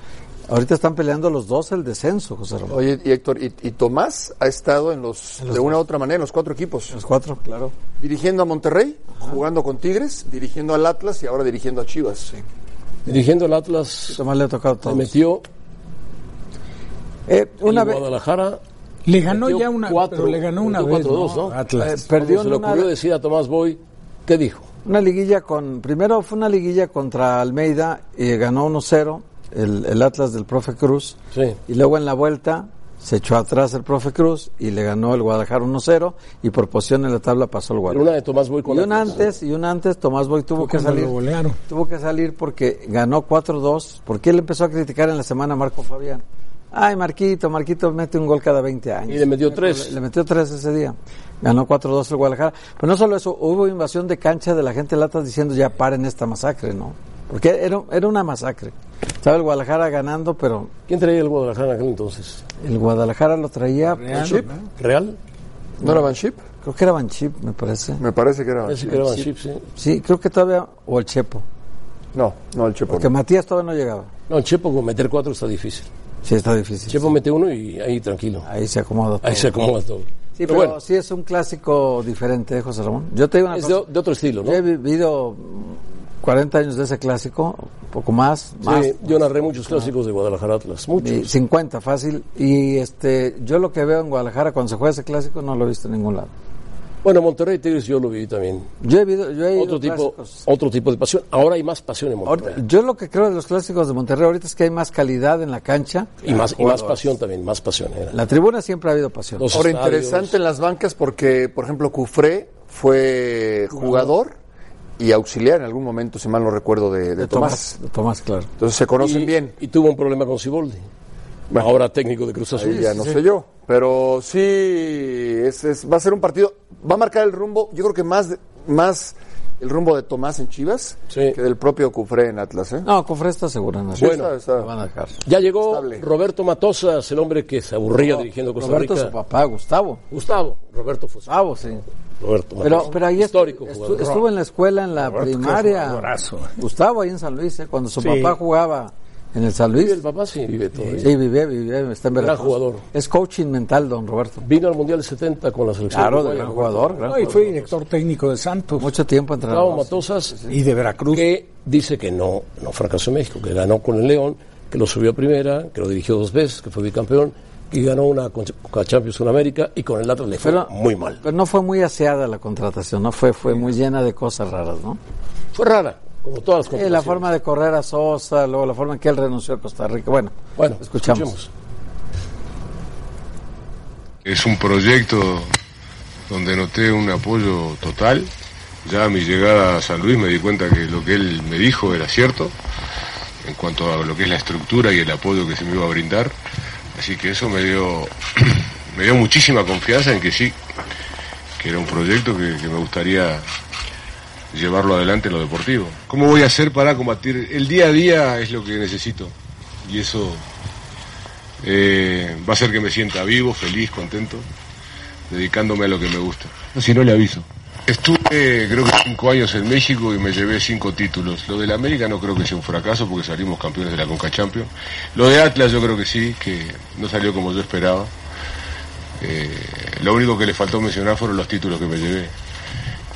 D: Ahorita están peleando los dos el descenso, José Ramón.
E: Oye, y Héctor, y, y Tomás ha estado en los, de una u otra manera en los cuatro equipos.
D: Los cuatro, claro.
E: Dirigiendo a Monterrey, jugando con Tigres, dirigiendo al Atlas y ahora dirigiendo a Chivas.
B: Dirigiendo el Atlas,
D: Tomás le ha tocado
B: se
D: todo.
B: metió
D: Eh, una
B: en
D: vez.
B: Guadalajara.
C: Le ganó
B: metió
C: ya una,
B: cuatro,
C: pero le ganó una
B: metió
C: vez,
B: cuatro,
C: ¿no?
B: dos, ¿no?
C: Atlas.
D: Eh, perdió
B: Cuando se le
D: en una-
B: ocurrió decir a Tomás Boy, ¿qué dijo?
D: Una liguilla con. Primero fue una liguilla contra Almeida y ganó 1-0 el, el Atlas del profe Cruz.
B: Sí.
D: Y luego en la vuelta se echó atrás el profe Cruz y le ganó el Guadalajara 1-0 y por posición en la tabla pasó el
B: Pero una
D: Guadalajara.
B: de Tomás Boy con
D: Y un
B: Atlas.
D: antes, y un antes, Tomás Boy tuvo que
C: cuando
D: salir.
C: lo golearon.
D: Tuvo que salir porque ganó 4-2, porque él empezó a criticar en la semana a Marco Fabián. Ay, Marquito, Marquito mete un gol cada 20 años.
B: Y le metió tres.
D: Le, le metió tres ese día. Ganó 4-2 el Guadalajara. Pero no solo eso, hubo invasión de cancha de la gente lata diciendo ya paren esta masacre, ¿no? Porque era, era una masacre. Estaba el Guadalajara ganando, pero
B: ¿Quién traía el Guadalajara en aquel entonces?
D: el Guadalajara lo traía.
C: Real,
D: Chip,
C: ¿no?
B: ¿Real?
E: ¿No era Banship?
D: Creo que era Banchip, me parece.
E: Me parece que era
B: Parece
E: Banchip.
B: que era Banchip, sí.
D: Sí, creo que todavía. O el Chepo.
E: No, no, el Chepo.
D: Porque Matías todavía no llegaba.
B: No, Chepo con meter cuatro está difícil.
D: Sí, está difícil.
B: Chepo mete uno y ahí tranquilo.
D: Ahí se acomoda. todo.
B: Ahí se acomoda todo.
D: Sí, pero,
B: bueno,
D: sí es un clásico diferente, ¿eh, José Ramón. Yo te digo una
B: es
D: cosa.
B: de, de otro estilo, ¿no?
D: Yo he vivido 40 años de ese clásico, un poco más, más,
B: Sí, yo narré muchos clásicos de Guadalajara Atlas, muchos.
D: y 50 fácil. Y este, yo lo que veo en Guadalajara cuando se juega ese clásico no lo he visto en ningún lado.
B: Bueno, Monterrey Tigres yo lo viví también.
D: Yo he vivido, yo he ido
B: Otro
D: a
B: tipo,
D: clásicos.
B: otro tipo de pasión. Ahora hay más pasión en
D: Ahora,
B: Monterrey.
D: yo lo que creo de los clásicos de Monterrey ahorita es que hay más calidad en la cancha.
B: y, más, y más pasión también, más pasión. Era.
D: La tribuna siempre ha habido pasión.
B: Los
E: Ahora,
B: estadios,
E: interesante en las bancas porque, por ejemplo, Cufré fue jugador y auxiliar en algún momento, si mal no recuerdo, de, de
D: de
E: Tomás.
D: Tomás, de Tomás, claro.
E: Entonces se conocen bien.
B: Y tuvo un problema con Siboldi. Ahora técnico de Cruz Azul.
E: Ahí ya no sé yo. Pero sí, es- es- va a ser un partido. Va a marcar el rumbo, yo creo que más, de- más el rumbo de Tomás en Chivas
B: Sí.
E: que del propio Cufré en Atlas. ¿eh?
D: No, Cofre está segura. No,
E: Sí, está- está.
D: La van a dejar.
B: Ya llegó
E: Estable.
B: Roberto Matosas, el hombre que se aburría dirigiendo Costa
D: Roberto,
B: Rica.
D: su papá, Gustavo.
B: Gustavo, Roberto Fusado.
D: Gustavo, sí.
B: Roberto
D: Pero,
B: Matosas.
D: pero ahí
B: histórico
D: estu-
B: jugador.
D: estuvo en la escuela, en la
C: Roberto, qué
D: primaria.
C: jugadorazo.
D: Gustavo ahí en San Luis, ¿eh? cuando su
C: Sí.
D: papá jugaba en el San Luis.
B: el papá sí vive todavía.
D: Sí, vive, vive, está en
B: Gran
D: Veracruz.
B: jugador.
D: Es coaching mental, don Roberto.
B: Vino al Mundial 70 con la selección.
D: Claro, de
B: uruguaya,
D: gran
B: Roberto.
D: jugador. gran
C: No, y
D: jugador.
C: fue director técnico de Santos
D: Mucho tiempo
B: Gustavo
D: entrenador.
B: Matosas,
C: y de Veracruz.
B: que dice que no, no fracasó en México, que ganó con el León, que lo subió a primera, que lo dirigió dos veces, que fue bicampeón, y ganó una con- con Champions con América y con el Atlas le fue
D: Pero-
B: muy mal.
D: Pero no fue muy aseada la contratación, no fue, fue muy llena de cosas raras, ¿no?
B: Fue rara, como todas las
D: Eh,
B: contrataciones.
D: la forma de correr a Sosa, luego la forma en que él renunció a Costa Rica. Bueno,
B: Bueno,
D: escuchamos.
B: escuchemos.
K: Es un proyecto donde noté un apoyo total. Ya a mi llegada a San Luis me di cuenta que lo que él me dijo era cierto en cuanto a lo que es la estructura y el apoyo que se me iba a brindar. Así que eso me dio, me dio muchísima confianza en que sí, que era un proyecto que, que me gustaría llevarlo adelante en lo deportivo. ¿Cómo voy a hacer para combatir? El día a día es lo que necesito y eso eh, va a ser que me sienta vivo, feliz, contento, dedicándome a lo que me gusta. Si no, le aviso. Estuve creo que cinco años en México y me llevé cinco títulos. Lo del América no creo que sea un fracaso porque salimos campeones de la Conca Champions. Lo de Atlas yo creo que sí, que no salió como yo esperaba. Eh, lo único que le faltó mencionar fueron los títulos que me llevé.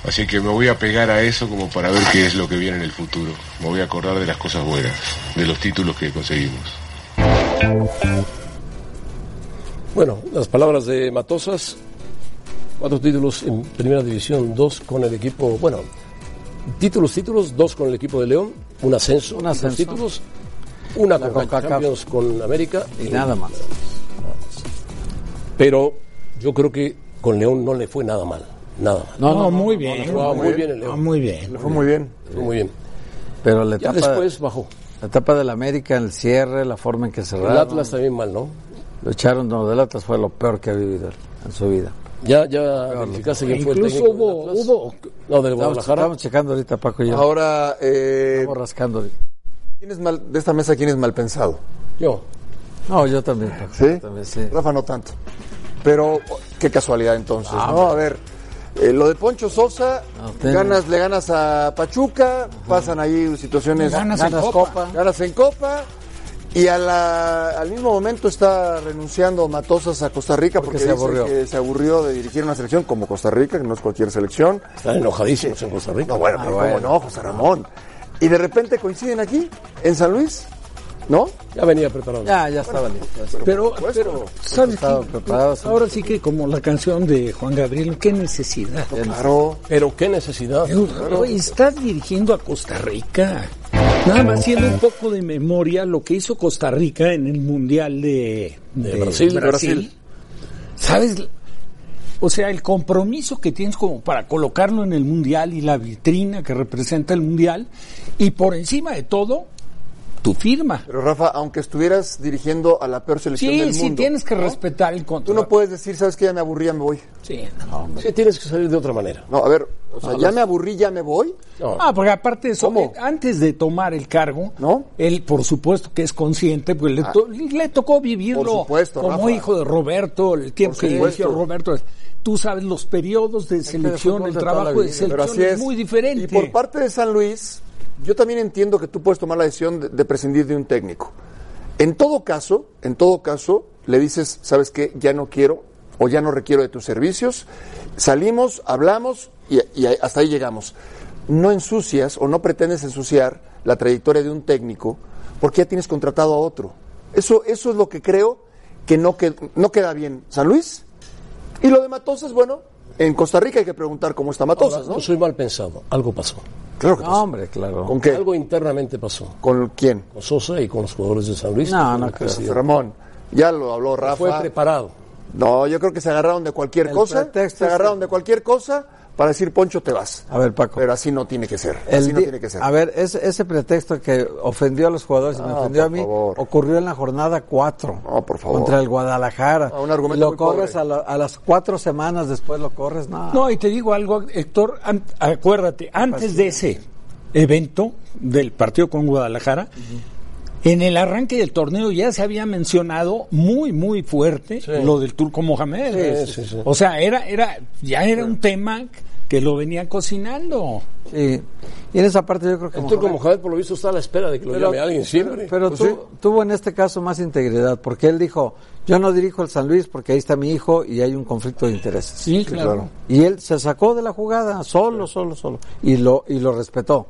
K: Así que me voy a pegar a eso como para ver qué es lo que viene en el futuro. Me voy a acordar de las cosas buenas, de los títulos que conseguimos.
B: Bueno, las palabras de Matosas, cuatro títulos en primera división, dos con el equipo, bueno, títulos, títulos, dos con el equipo de León, un ascenso,
D: Un
B: dos
D: ascenso.
B: títulos, una
D: La
B: con
D: CONCACAF.
B: Champions con América
D: Y nada más.
B: Pero yo creo que con León no le fue nada mal, nada mal.
C: No, muy bien.
B: jugaba muy bien el
C: No,
B: León,
C: muy bien.
E: Le fue muy bien.
B: fue muy bien.
D: Pero la
B: Ya
D: etapa,
B: después bajó.
D: la etapa del América, el cierre, la forma en que cerraron.
B: El Atlas también mal, ¿no?
D: Lo echaron no, del Atlas fue lo peor que ha vivido él en su vida.
B: Ya, ya verificaste quién fue el
C: Incluso
B: técnico del
C: hubo-
B: Atlas.
C: hubo-
B: No, del
D: Estamos,
B: Guadalajara.
D: estamos checando ahorita, Paco y yo.
E: Ahora, eh,
D: estamos rascando. ahorita.
E: ¿quién es mal, de esta mesa, ¿quién es mal pensado?
B: Yo.
D: No, yo también, Paco.
E: ¿Sí?
D: yo también, sí.
E: Rafa no tanto. Pero qué casualidad entonces,
D: Ah,
E: ¿no? A ver, eh, lo de Poncho Sosa,
D: No, tiene-
E: ganas, le ganas a Pachuca, pasan ahí situaciones.
C: Ganas en Copa.
E: Ganas en Copa. Y a la- al mismo momento está renunciando Matosas a Costa Rica porque,
D: Porque se
E: dice
D: aburrió.
E: que se aburrió de dirigir una selección como Costa Rica, que no es cualquier selección.
B: Están enojadísimos en Costa Rica. Ah,
E: No, bueno, pero cómo no, José Ramón. Y de repente coinciden aquí, en San Luis, ¿no?
B: Ya venía preparado.
D: Ya, ya estaba listo.
C: Pero, pero, ¿sabes
D: Estaba
C: qué?
D: preparado, sí.
C: Ahora sí que como la canción de Juan Gabriel, qué necesidad.
E: Claro.
B: Pero qué necesidad.
C: Oye, estás dirigiendo a Costa Rica. Nada más haciendo un poco de memoria lo que hizo Costa Rica en el Mundial de, de
B: Brasil,
C: Brasil,
B: Brasil.
C: ¿Sabes? O sea, el compromiso que tienes como para colocarlo en el Mundial y la vitrina que representa el Mundial. Y por encima de todo, tu firma.
E: Pero Rafa, aunque estuvieras dirigiendo a la peor selección
C: Sí,
E: del
C: sí,
E: mundo.
C: tienes que
E: ¿no?
C: respetar el contrato.
E: Tú no puedes decir, ¿sabes qué? Ya me aburrí, ya me voy.
C: Sí,
B: Sí, tienes que salir de otra manera.
E: No, a ver, o sea,
B: No,
E: ya
B: los-
E: me aburrí, ya me voy.
C: Ah, porque aparte de eso, eh, antes de tomar el cargo, él por supuesto que es consciente, pues le, to- le tocó vivirlo
E: Ah. Por supuesto,
C: como
E: Rafa.
C: hijo de Roberto, el tiempo
E: Por
C: que
E: supuesto.
C: dirigió Roberto. Tú sabes los periodos de selección,
E: fútbol
C: el
E: de toda la
C: trabajo de
E: vida. Pero
C: selección
E: así
C: es
E: es.
C: muy diferente.
E: Y por parte de San Luis, yo también entiendo que tú puedes tomar la decisión de, de prescindir de un técnico. En todo caso, en todo caso, le dices, ¿sabes qué? Ya no quiero o ya no requiero de tus servicios. Salimos, hablamos y, y ahí- hasta ahí llegamos. No ensucias o no pretendes ensuciar la trayectoria de un técnico porque ya tienes contratado a otro. Eso, eso es lo que creo que no, que no queda bien. San Luis y lo de Matosas, bueno, en Costa Rica hay que preguntar cómo está Matosas,
B: Ahora,
E: ¿no?
B: Yo soy mal pensado. Algo pasó.
E: Claro que pasó.
D: hombre, claro.
E: ¿Con qué?
B: Algo internamente pasó.
E: ¿Con quién?
B: Con Sosa y con los jugadores de San Luis.
D: No,
B: Con
D: no
B: el
D: creo.
B: presidente.
E: Ramón, ya lo habló Rafa.
B: Fue preparado.
E: No, yo creo que se agarraron de cualquier
D: El
E: cosa.
D: pretexto
E: Se
D: es-
E: agarraron de cualquier cosa para decir, Poncho, te vas.
D: A ver, Paco.
E: Pero así no tiene que ser.
D: El
E: Así no
D: di-
E: tiene que ser.
D: A ver, ese, ese pretexto que ofendió a los jugadores y me
E: Ah,
D: ofendió a
E: por
D: mí
E: favor.
D: ocurrió en la jornada 4
E: No, por favor.
D: contra el Guadalajara.
E: Ah, un argumento
D: lo
E: muy
D: corres
E: pobre.
D: a, la- a las cuatro semanas después, lo corres. No,
C: No, y te digo algo, Héctor, an- acuérdate, antes de ese evento del partido con Guadalajara, en el arranque del torneo ya se había mencionado muy, muy fuerte lo del Turco Mohamed.
B: Sí, sí, sí.
C: O sea, era, era, ya era un tema que lo venía cocinando.
D: sí. Y en esa parte yo creo que.
B: El turco
D: Mohamed-
B: Mohamed, por lo visto, está a la espera de que lo Pues llame alguien siempre.
D: Pero
B: Pues
D: tu-
B: sí.
D: tuvo en este caso más integridad, porque él dijo, yo no dirijo el San Luis porque ahí está mi hijo y hay un conflicto de intereses.
C: Sí, claro.
D: Y él se sacó de la jugada, solo, solo, solo. Y lo, y lo respetó.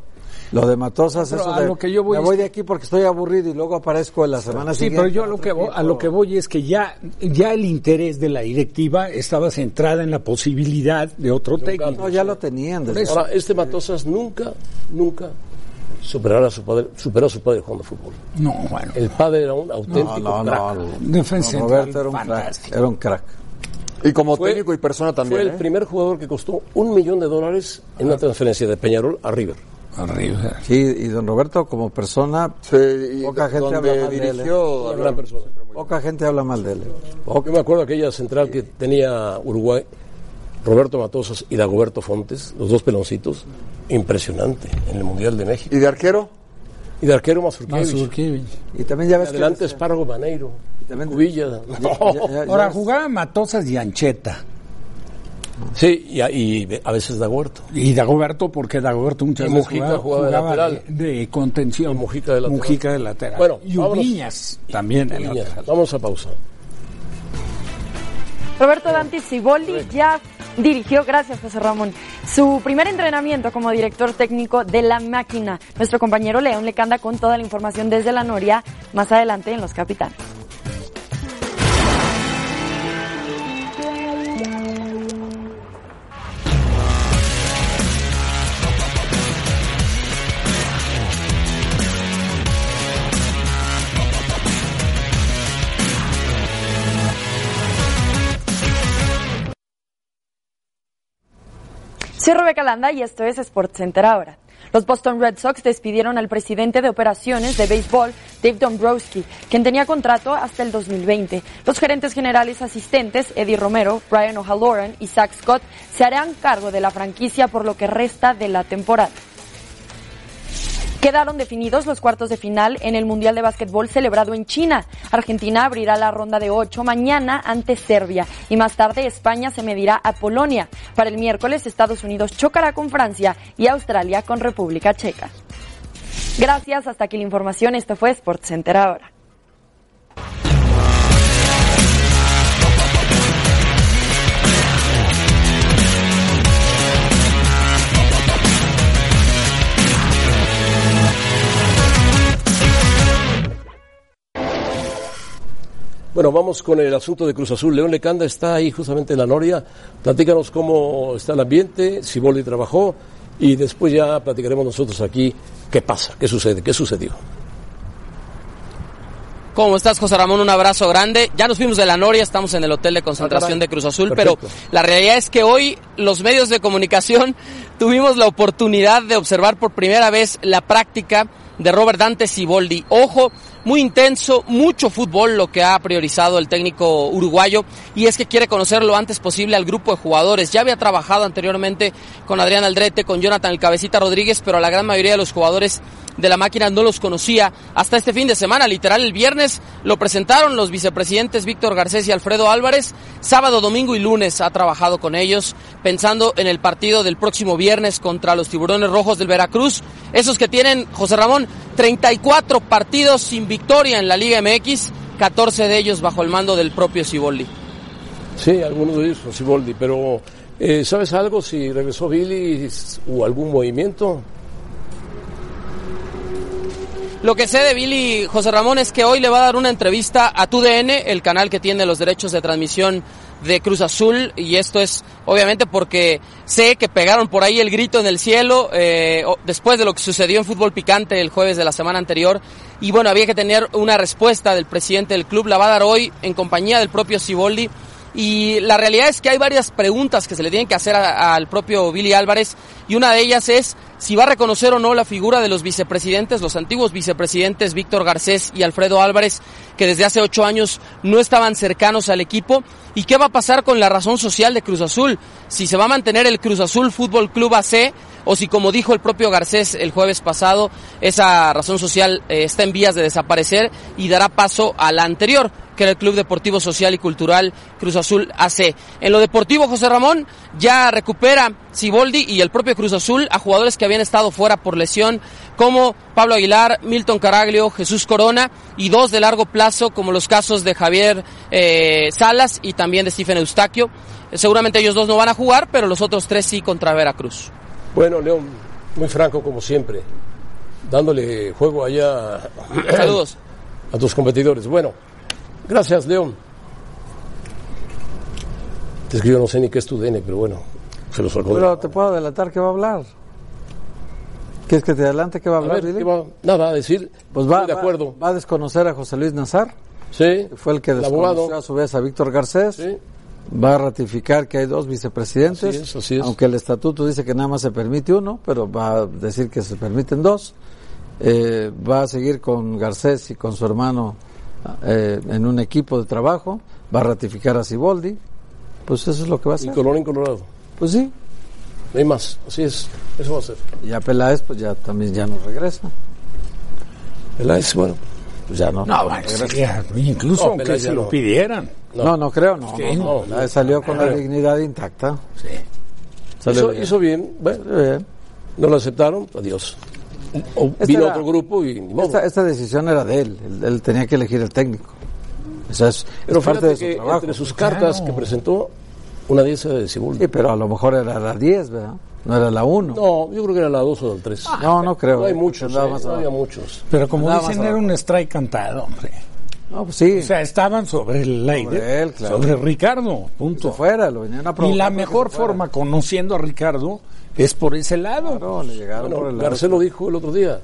D: Lo de Matosas,
C: Pero
D: eso
C: a
D: de,
C: lo que yo voy
D: me
C: es
D: voy
C: que-
D: de aquí porque estoy aburrido y luego aparezco en la semana
C: Sí,
D: siguiente.
C: pero yo a lo que voy, a lo que voy es que ya, ya el interés de la directiva estaba centrada en la posibilidad de otro técnico.
D: No, ya lo tenían. desde-
B: Ahora, este Matosas nunca, nunca superará a su padre, superó a su padre jugando fútbol.
C: No, bueno.
B: El padre era un auténtico
D: No, no,
B: crack.
D: no, no.
C: Defensa
D: Don
C: central,
D: Roberto era un crack.
C: fantástico.
D: Era un crack.
E: Y como
B: Fue-
E: técnico y persona también.
B: Fue el
E: ¿eh?
B: primer jugador que costó un millón de dólares en
D: Ah,
B: una transferencia de Peñarol a River.
C: Arriba.
D: Sí, y don Roberto como persona,
E: Sí, y
D: Poca gente habla
E: donde
D: mal de él, ¿eh?
E: dirigió.
B: Una gran persona.
D: poca gente habla mal de él.
B: Ojo, que me acuerdo aquella central que tenía Uruguay, Roberto Matosas y Dagoberto Fontes, los dos peloncitos. Impresionante en el Mundial de México.
E: ¿Y de arquero?
B: Y de arquero Mazurkiewicz.
D: Y también ya ves
B: Adelante
D: que... eh,
B: Espárrago Maneiro.
D: también-
B: Cubilla.
D: Ya- ya- ya
C: Ahora
D: ves-
C: jugaba Matosas y Ancheta.
B: Sí, y a, y a veces Dagoberto.
C: Y Dagoberto, porque Dagoberto muchas
B: Y
C: veces
B: Mujica
C: jugaba,
B: jugaba de lateral.
C: de, de contención.
B: Y Mujica de lateral.
C: Mujica de lateral.
B: Bueno,
C: y
B: vámonos. Eh,
C: Ubiñas también de
B: Niña,
C: lateral.
B: Vamos a pausa.
I: Roberto Dante Siboldi ya dirigió, gracias José Ramón, su primer entrenamiento como director técnico de la máquina. Nuestro compañero León le canta con toda la información desde la Noria más adelante en Los Capitanes. Soy Rebeca Landa y esto es Sports Center ahora. Los Boston Red Sox despidieron al presidente de operaciones de béisbol, Dave Dombrowski, quien tenía contrato hasta el 2020. Los gerentes generales asistentes, Eddie Romero, Brian O'Halloran y Zach Scott, se harán cargo de la franquicia por lo que resta de la temporada. Quedaron definidos los cuartos de final en el Mundial de Básquetbol celebrado en China. Argentina abrirá la ronda de ocho mañana ante Serbia y más tarde España se medirá a Polonia. Para el miércoles Estados Unidos chocará con Francia y Australia con República Checa. Gracias, hasta aquí la información. Esto fue Sports Center ahora.
B: Bueno, vamos con el asunto de Cruz Azul. León Lecanda está ahí justamente en la Noria. Platícanos cómo está el ambiente, si Boli trabajó y después ya platicaremos nosotros aquí qué pasa, qué sucede, qué sucedió.
L: ¿Cómo estás, José Ramón? Un abrazo grande. Ya nos vimos de la Noria, estamos en el hotel de concentración de Cruz Azul, pero
B: Perfecto.
L: la realidad es que hoy los medios de comunicación tuvimos la oportunidad de observar por primera vez la práctica de Robert Dante Siboldi. Ojo, muy intenso, mucho fútbol lo que ha priorizado el técnico uruguayo y es que quiere conocer lo antes posible al grupo de jugadores. Ya había trabajado anteriormente con Adrián Aldrete, con Jonathan el Cabecita Rodríguez, pero a la gran mayoría de los jugadores de la máquina no los conocía hasta este fin de semana. Literal, el viernes lo presentaron los vicepresidentes Víctor Garcés y Alfredo Álvarez. Sábado, domingo y lunes ha trabajado con ellos, pensando en el partido del próximo viernes contra los Tiburones Rojos del Veracruz. Esos que tienen, José Ramón, 34 partidos sin victoria en la Liga MX, 14 de ellos bajo el mando del propio Ciboldi.
B: Sí, algunos de ellos son Siboldi, pero eh, ¿sabes algo? Si regresó Billy o algún movimiento.
L: Lo que sé de Billy José Ramón es que hoy le va a dar una entrevista a TUDN, el canal que tiene los derechos de transmisión de Cruz Azul, y esto es obviamente porque sé que pegaron por ahí el grito en el cielo eh, o- después de lo que sucedió en Fútbol Picante el jueves de la semana anterior, y bueno, había que tener una respuesta del presidente del club, la va a dar hoy en compañía del propio Siboldi. Y la realidad es que hay varias preguntas que se le tienen que hacer a- al propio Billy Álvarez y una de ellas es si va a reconocer o no la figura de los vicepresidentes, los antiguos vicepresidentes Víctor Garcés y Alfredo Álvarez, que desde hace ocho años no estaban cercanos al equipo, y qué va a pasar con la razón social de Cruz Azul, si se va a mantener el Cruz Azul Fútbol Club AC o si como dijo el propio Garcés el jueves pasado, esa razón social eh, está en vías de desaparecer y dará paso a la anterior, que era el Club Deportivo Social y Cultural Cruz Azul AC. En lo deportivo, José Ramón ya recupera Siboldi y el propio Cruz Azul a jugadores que habían estado fuera por lesión, como Pablo Aguilar, Milton Caraglio, Jesús Corona y dos de largo plazo, como los casos de Javier eh, Salas y también de Stephen Eustaquio. Eh, Seguramente ellos dos no van a jugar, pero los otros tres sí contra Veracruz.
B: Bueno, León, muy franco como siempre, dándole juego allá
L: Saludos.
B: a tus competidores. Bueno, gracias, León. Te escribo, no sé ni qué es tu DN, pero bueno, se los sacó de-
D: Pero te puedo adelantar que va a hablar. ¿Quieres que te adelante que va a hablar?
B: ver,
D: Dile.
B: ¿qué va? Nada, a decir.
D: Pues va, de acuerdo. Va, a desconocer a José Luis Nazar.
B: Sí.
D: Fue el que
B: el
D: desconoció
B: abogado.
D: a su vez a Víctor Garcés. Va a ratificar que hay dos vicepresidentes.
B: Así es, así es.
D: Aunque el estatuto dice que nada más se permite uno, pero va a decir que se permiten dos. Eh, va a seguir con Garcés y con su hermano eh, en un equipo de trabajo. Va a ratificar a Siboldi. Pues eso es lo que va a hacer.
B: En Colón, en Colorado.
D: Pues sí.
B: No hay más. Así es. Eso va a ser.
D: Y a Peláez, pues ya también ya no regresa.
B: Peláez, bueno,
D: pues ya no.
C: No, bueno, sería- incluso aunque
D: Peláez
C: se
D: ya
C: lo
D: no.
C: pidieran.
D: No, no, creo, no.
C: Sí,
D: no, no.
C: no,
D: Peláez salió con la
B: Claro.
D: dignidad intacta. Sí.
B: Hizo, hizo bien. Bueno, no lo aceptaron. Adiós. O
D: Esta
B: vino
D: era-
B: otro grupo y ni modo.
D: Esta, esta decisión era de él. él. él tenía que elegir el técnico. O sea, es,
B: Pero
D: es parte
B: fíjate
D: de su
B: que
D: trabajo.
B: entre sus cartas que presentó, una de esas de Cibul.
D: Sí, pero a lo mejor era la 10, ¿verdad? No era la 1.
B: No, yo creo que era la 2 o la 3.
D: no, no creo.
B: No hay muchos,
D: Andaba
B: eh,
D: más
B: no
D: abajo.
B: había muchos.
C: Pero como
D: Nada más
C: dicen,
D: abajo.
C: era un strike cantado, hombre.
D: No, pues sí.
C: O sea, estaban sobre el aire. Sobre,
D: él, claro.
C: Ricardo, punto.
D: fuera, lo venían a
C: Y
D: provocar
C: la
D: para que
C: mejor
D: se fuera.
C: forma, conociendo a Ricardo, es por ese lado.
D: Claro, le llegaron por el
B: Bueno,
D: lado. este.
B: Garcelo dijo el otro día,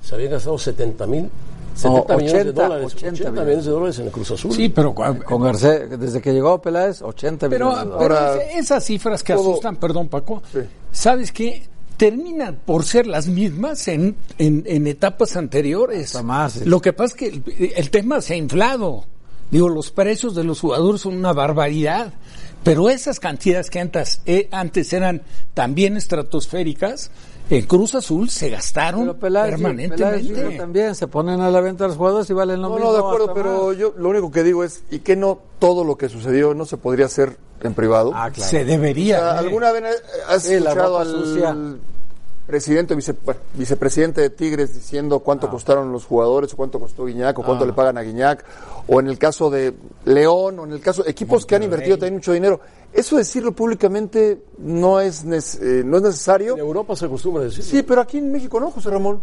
B: se había gastado 70 mil, 70
D: No,
B: millones de
D: 80,
B: dólares,
D: 80
B: 80,
D: millones.
B: millones de dólares en el Cruz Azul.
C: Sí, pero cua-
D: Con Garcés, desde que llegó Peláez, 80
C: Pero,
D: millones de
C: pero
D: dólares.
C: es- esas cifras que
D: todo-
C: asustan, perdón Paco, ¿sabes qué? Terminan por ser las mismas en, en- en etapas anteriores.
D: más, sí.
C: Lo que pasa es que el, el tema se ha inflado. Digo, los precios de los jugadores son una barbaridad. Pero esas cantidades que antes, eh, antes eran también estratosféricas, en Cruz Azul se gastaron
D: Pero Peláez, Peláez
C: permanentemente.
D: dijo también se ponen a la venta los jugadores y valen lo
E: No,
D: mismo.
E: no, de acuerdo,
D: hasta
E: pero
D: más.
E: yo lo único que digo es, ¿y qué no todo lo que sucedió no se podría hacer en privado?
D: Ah, claro.
C: Se debería.
E: O sea,
C: ¿eh?
E: ¿Alguna vez has
D: Sí, la
E: escuchado
D: ropa
E: al
D: sucia.
E: presidente, vice- bueno, vicepresidente de Tigres diciendo
B: Ah.
E: cuánto costaron los jugadores, o cuánto costó Guiñac, o cuánto le pagan a Guiñac, o en el caso de León, o en el caso de equipos que han invertido también mucho dinero? Eso decirlo públicamente no es, nes- eh, no es necesario.
B: En Europa se acostumbra a decir.
E: Sí, pero aquí en México no, José Ramón.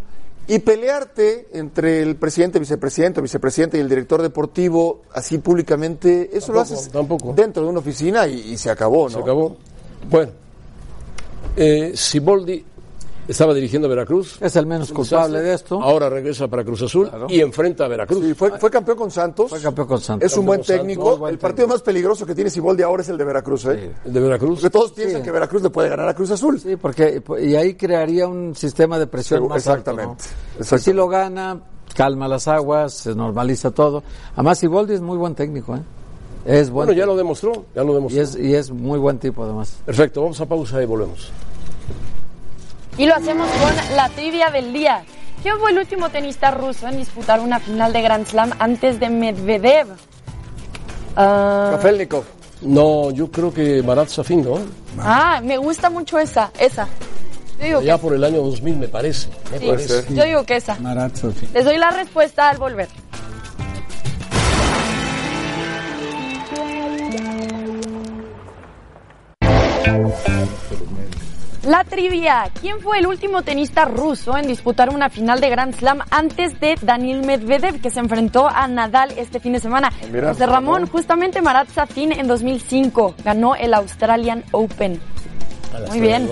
E: Y pelearte entre el presidente, vicepresidente, vicepresidente y el director deportivo así públicamente, eso lo
B: Tampoco,
E: haces
B: tampoco.
E: dentro de una oficina y, y se acabó, ¿no?
B: Se acabó. Bueno, eh, Siboldi Estaba dirigiendo a Veracruz.
D: Es el menos
B: Un
D: culpable
B: desastre.
D: de esto.
B: Ahora regresa para Cruz Azul y enfrenta a Veracruz.
E: fue, fue campeón con Santos.
D: Fue campeón con Santos.
E: Es un buen
B: Santos,
E: técnico. el partido más peligroso que tiene Siboldi ahora es el de Veracruz. ¿eh?
B: El de Veracruz.
E: Porque todos piensan que Veracruz le puede ganar a Cruz Azul.
D: Sí, porque y ahí crearía un sistema de presión
E: Segu-
D: más alto, ¿no?
E: exactamente,
D: Y Si lo gana, calma las aguas, se normaliza todo. Además, Iboldi es muy buen técnico, ¿eh? Es buen
B: Bueno, ya lo demostró, ya lo
D: y
B: demostró.
D: es, y es muy buen tipo además.
B: Perfecto, vamos a pausa y volvemos.
I: Y lo hacemos con la trivia del día. ¿Quién fue el último tenista ruso en disputar una final de Grand Slam antes de Medvedev? Ah,
E: Kafelnikov.
B: No, yo creo que Marat ¿eh? Safin, ¿no?
I: ah, me gusta mucho esa, esa. Yo digo
B: Ya por el año 2000, me parece. Me
I: Sí,
B: parece.
I: yo digo que esa. Les doy la respuesta al volver. La trivia. ¿Quién fue el último tenista ruso en disputar una final de Grand Slam antes de Daniel Medvedev, que se enfrentó a Nadal este fin de semana?
E: Mira,
I: José Ramón, justamente Marat Safin en 2005 ganó el Australian Open. Muy bien.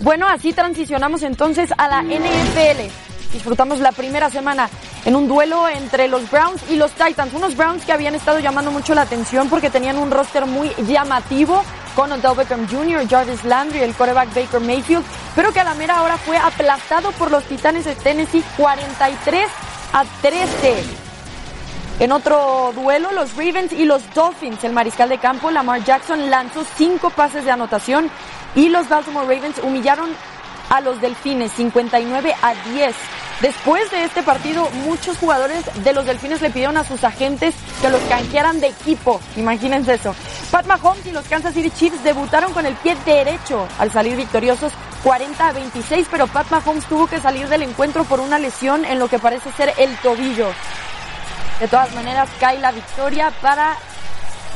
I: Bueno, así transicionamos entonces a la NFL. Disfrutamos la primera semana en un duelo entre los Browns y los Titans. Unos Browns que habían estado llamando mucho la atención porque tenían un roster muy llamativo con Odell Beckham Jr., Jarvis Landry, el quarterback Baker Mayfield, pero que a la mera hora fue aplastado por los Titanes de Tennessee 43 a 13. En otro duelo, los Ravens y los Dolphins. El mariscal de campo, Lamar Jackson, lanzó cinco pases de anotación y los Baltimore Ravens humillaron a los Delfines 59 a 10. Después de este partido, muchos jugadores de los Delfines le pidieron a sus agentes que los canjearan de equipo. Imagínense eso. Pat Mahomes y los Kansas City Chiefs debutaron con el pie derecho al salir victoriosos 40 a 26, pero Pat Mahomes tuvo que salir del encuentro por una lesión en lo que parece ser el tobillo. De todas maneras, cae la victoria para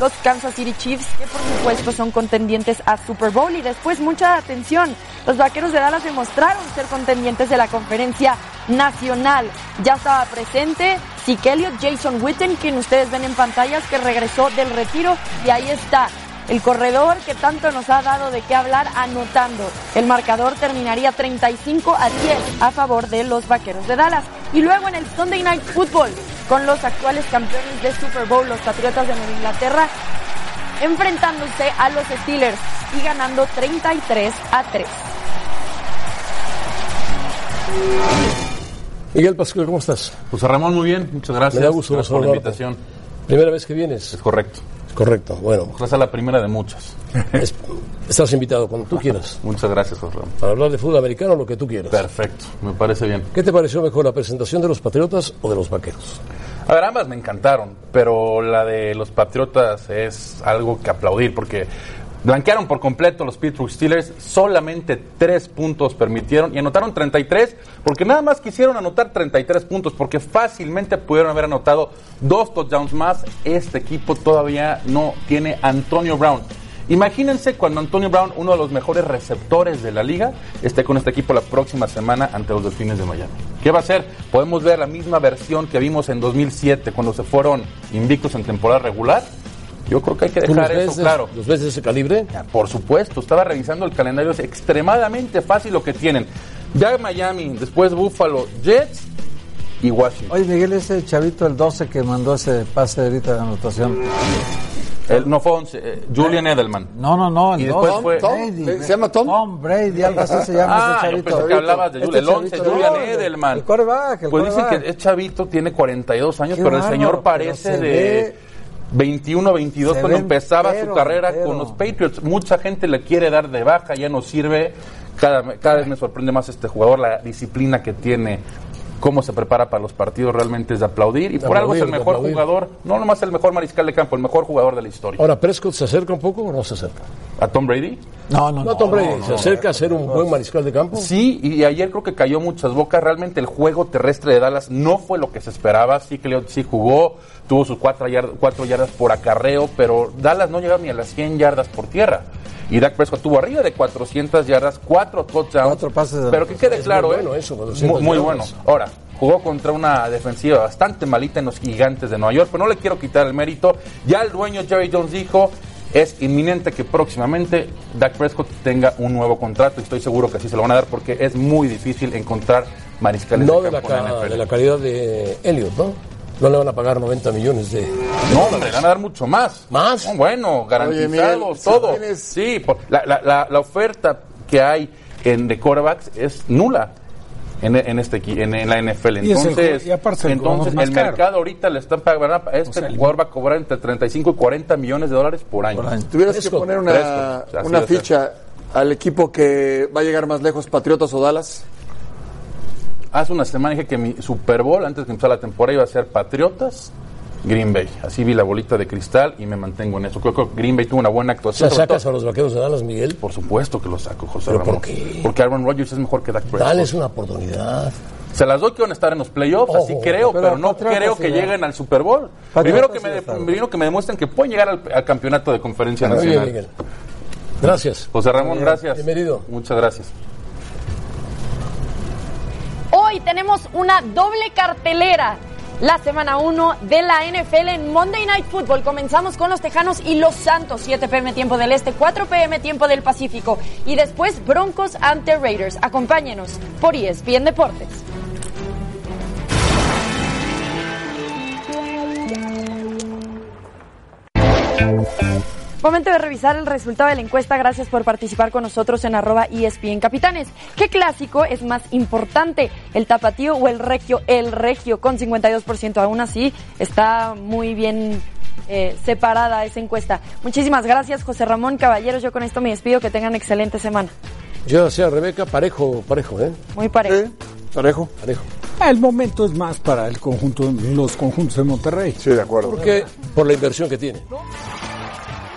I: los Kansas City Chiefs, que por supuesto son contendientes a Super Bowl. Y después, mucha atención, los vaqueros de Dallas demostraron ser contendientes de la conferencia nacional. Ya estaba presente Zeke Elliott, Jason Witten, quien ustedes ven en pantallas, que regresó del retiro. Y ahí está. El corredor que tanto nos ha dado de qué hablar anotando. El marcador terminaría 35 a 10 a favor de los Vaqueros de Dallas. Y luego en el Sunday Night Football, con los actuales campeones de Super Bowl, los Patriotas de Nueva Inglaterra, enfrentándose a los Steelers y ganando 33 a 3.
B: Miguel Pascual, ¿cómo estás?
M: José Ramón, muy bien, muchas gracias.
B: Me da gusto
M: gracias por la
B: saludarte.
M: invitación.
B: Primera vez que vienes.
M: Es correcto.
B: Correcto, bueno.
M: Esa es la primera de muchas.
B: Es- estás invitado cuando tú quieras.
M: Muchas gracias, José Ramón.
B: Para hablar de fútbol americano, lo que tú quieras.
M: Perfecto, me parece bien.
B: ¿Qué te pareció mejor, la presentación de los Patriotas o de los Vaqueros?
M: A ver, ambas me encantaron, pero la de los Patriotas es algo que aplaudir porque blanquearon por completo los Pittsburgh Steelers, solamente tres puntos permitieron y anotaron 33 porque nada más quisieron anotar 33 puntos porque fácilmente pudieron haber anotado dos touchdowns más. Este equipo todavía no tiene a Antonio Brown. Imagínense cuando Antonio Brown, uno de los mejores receptores de la liga, esté con este equipo la próxima semana ante los Delfines de Miami. ¿Qué va a hacer? Podemos ver la misma versión que vimos en 2007 cuando se fueron invictos en temporada regular. Yo creo que hay que
B: ¿Tú los
M: dejar eso
B: ves de-
M: claro.
B: ¿Los ves de ese calibre?
M: Por supuesto, estaba revisando el calendario, es extremadamente fácil lo que tienen. Ya Miami, después Buffalo, Jets y Washington.
D: Oye, Miguel, ese chavito el 12 que mandó ese pase ahorita de anotación.
M: El, no fue 11, eh, Julian Edelman.
D: No, no, no, el
M: Y después
D: 12.
M: fue- Tom,
E: ¿se llama Tom?
D: Tom Brady, algo así se llama
M: Ah,
D: ese
M: yo
D: chavito.
M: pensé que hablabas de
D: Este
M: Julian, el 11,
D: chavito,
M: Julian
D: no, el-
M: Edelman.
D: El quarterback, el
M: Pues dicen
D: quarterback.
M: que es chavito, tiene 42 años,
D: Qué
M: pero el
D: bárbaro,
M: señor
D: pero
M: parece
D: se
M: de
D: ve-
M: 21, 22
D: se
M: cuando
D: ve
M: empezaba
D: entero,
M: su carrera
D: entero.
M: con los Patriots. Mucha gente le quiere dar de baja, ya no sirve. Cada, cada vez me sorprende más este jugador, la disciplina que tiene, cómo se prepara para los partidos, realmente es de aplaudir. Y
B: De
M: por algo es el
B: aplaudir, de
M: mejor
B: aplaudir.
M: jugador, no nomás el mejor mariscal de campo, el mejor jugador de la historia.
B: Ahora, ¿Prescott se acerca un poco o no se acerca?
M: ¿A Tom Brady?
D: No, no,
B: No,
D: no.
B: Tom Brady, ¿se acerca a ser un buen mariscal de campo?
M: Sí, y ayer creo que cayó muchas bocas. Realmente el juego terrestre de Dallas no fue lo que se esperaba. Sí, Cleo sí jugó, tuvo sus cuatro, yard- cuatro yardas por acarreo, pero Dallas no llegaba ni a las 100 yardas por tierra. Y Dak Prescott tuvo arriba de 400 yardas, cuatro touchdowns.
D: Cuatro pases de
M: Pero que quede
B: Es
M: claro,
B: muy
M: ¿eh?
B: bueno eso, 400
M: muy, muy bueno.
B: yardas.
M: Ahora, jugó contra una defensiva bastante malita en los gigantes de Nueva York, pero no le quiero quitar el mérito. Ya el dueño Jerry Jones dijo, es inminente que próximamente Dak Prescott tenga un nuevo contrato y estoy seguro que así se lo van a dar porque es muy difícil encontrar mariscales
B: No
M: de
B: de la,
M: campo en
B: ca-
M: NFL.
B: de la calidad de Elliot, ¿no? No le van a pagar 90 millones de...
M: No, le van a dar mucho más. ¿Más? bueno, garantizados,
B: Miguel, si
M: todo.
B: tienes-
M: Sí, por- la, la- la- la oferta que hay en de quarterbacks es nula en, en este equi- en, en la NFL.
C: Y es el-
M: Entonces,
C: y aparte es el
M: entonces
C: jugador más
M: el
C: caro.
M: mercado ahorita le están pagando a este jugador va a cobrar entre 35 y 40 millones de dólares por año.
E: Tuvieras que poner una,
M: Prescott, así
E: una
M: debe ser.
E: ficha al equipo que va a llegar más lejos, Patriotas o Dallas.
M: Hace una semana dije que mi Super Bowl antes que empezara la temporada iba a ser Patriotas. Green Bay. Así vi la bolita de cristal y me mantengo en eso. Creo que Green Bay tuvo una buena
B: O sea,
M: actuación. sobre todo-
B: ¿sacas a los vaqueros de Dallas, Miguel?
M: Por supuesto que lo saco, José
B: ¿Pero
M: Ramón.
B: por qué?
M: Porque Aaron Rodgers es mejor que Dak Prescott.
B: Dale, es una oportunidad.
M: Se las doy que van a estar en los playoffs, así
B: Ojo,
M: creo,
B: pero
M: pero, no
B: Patriotas
M: creo
B: sí
M: que
B: va.
M: lleguen al Super Bowl.
B: Patriotas
M: Primero que,
B: sí
M: me
B: va a
M: de-
B: estar.
M: primero que me demuestren que pueden llegar al, al campeonato de conferencia
B: Muy bien,
M: nacional.
B: Miguel. Gracias.
M: José Ramón,
B: Bien,
M: gracias.
B: Bienvenido.
M: Muchas gracias.
I: Hoy tenemos una doble cartelera. La semana 1 de la NFL en Monday Night Football. Comenzamos con los Tejanos y los Santos, 7 pm tiempo del Este, 4 pm tiempo del Pacífico. Y después Broncos ante Raiders. Acompáñenos por E ESPN Deportes. Momento de revisar el resultado de la encuesta. Gracias por participar con nosotros en arroba E ESPN Capitanes. ¿Qué clásico es más importante, el tapatío o el regio? El regio con 52%. Aún así, está muy bien eh, separada esa encuesta. Muchísimas gracias, José Ramón Caballeros. Yo con esto me despido. Que tengan excelente semana.
B: Yo decía, Rebeca, parejo, parejo, ¿eh?
I: Muy parejo.
E: Parejo.
B: Parejo.
C: El momento es más para el conjunto, los conjuntos de Monterrey.
E: Sí, de acuerdo.
B: Porque por la inversión que tiene.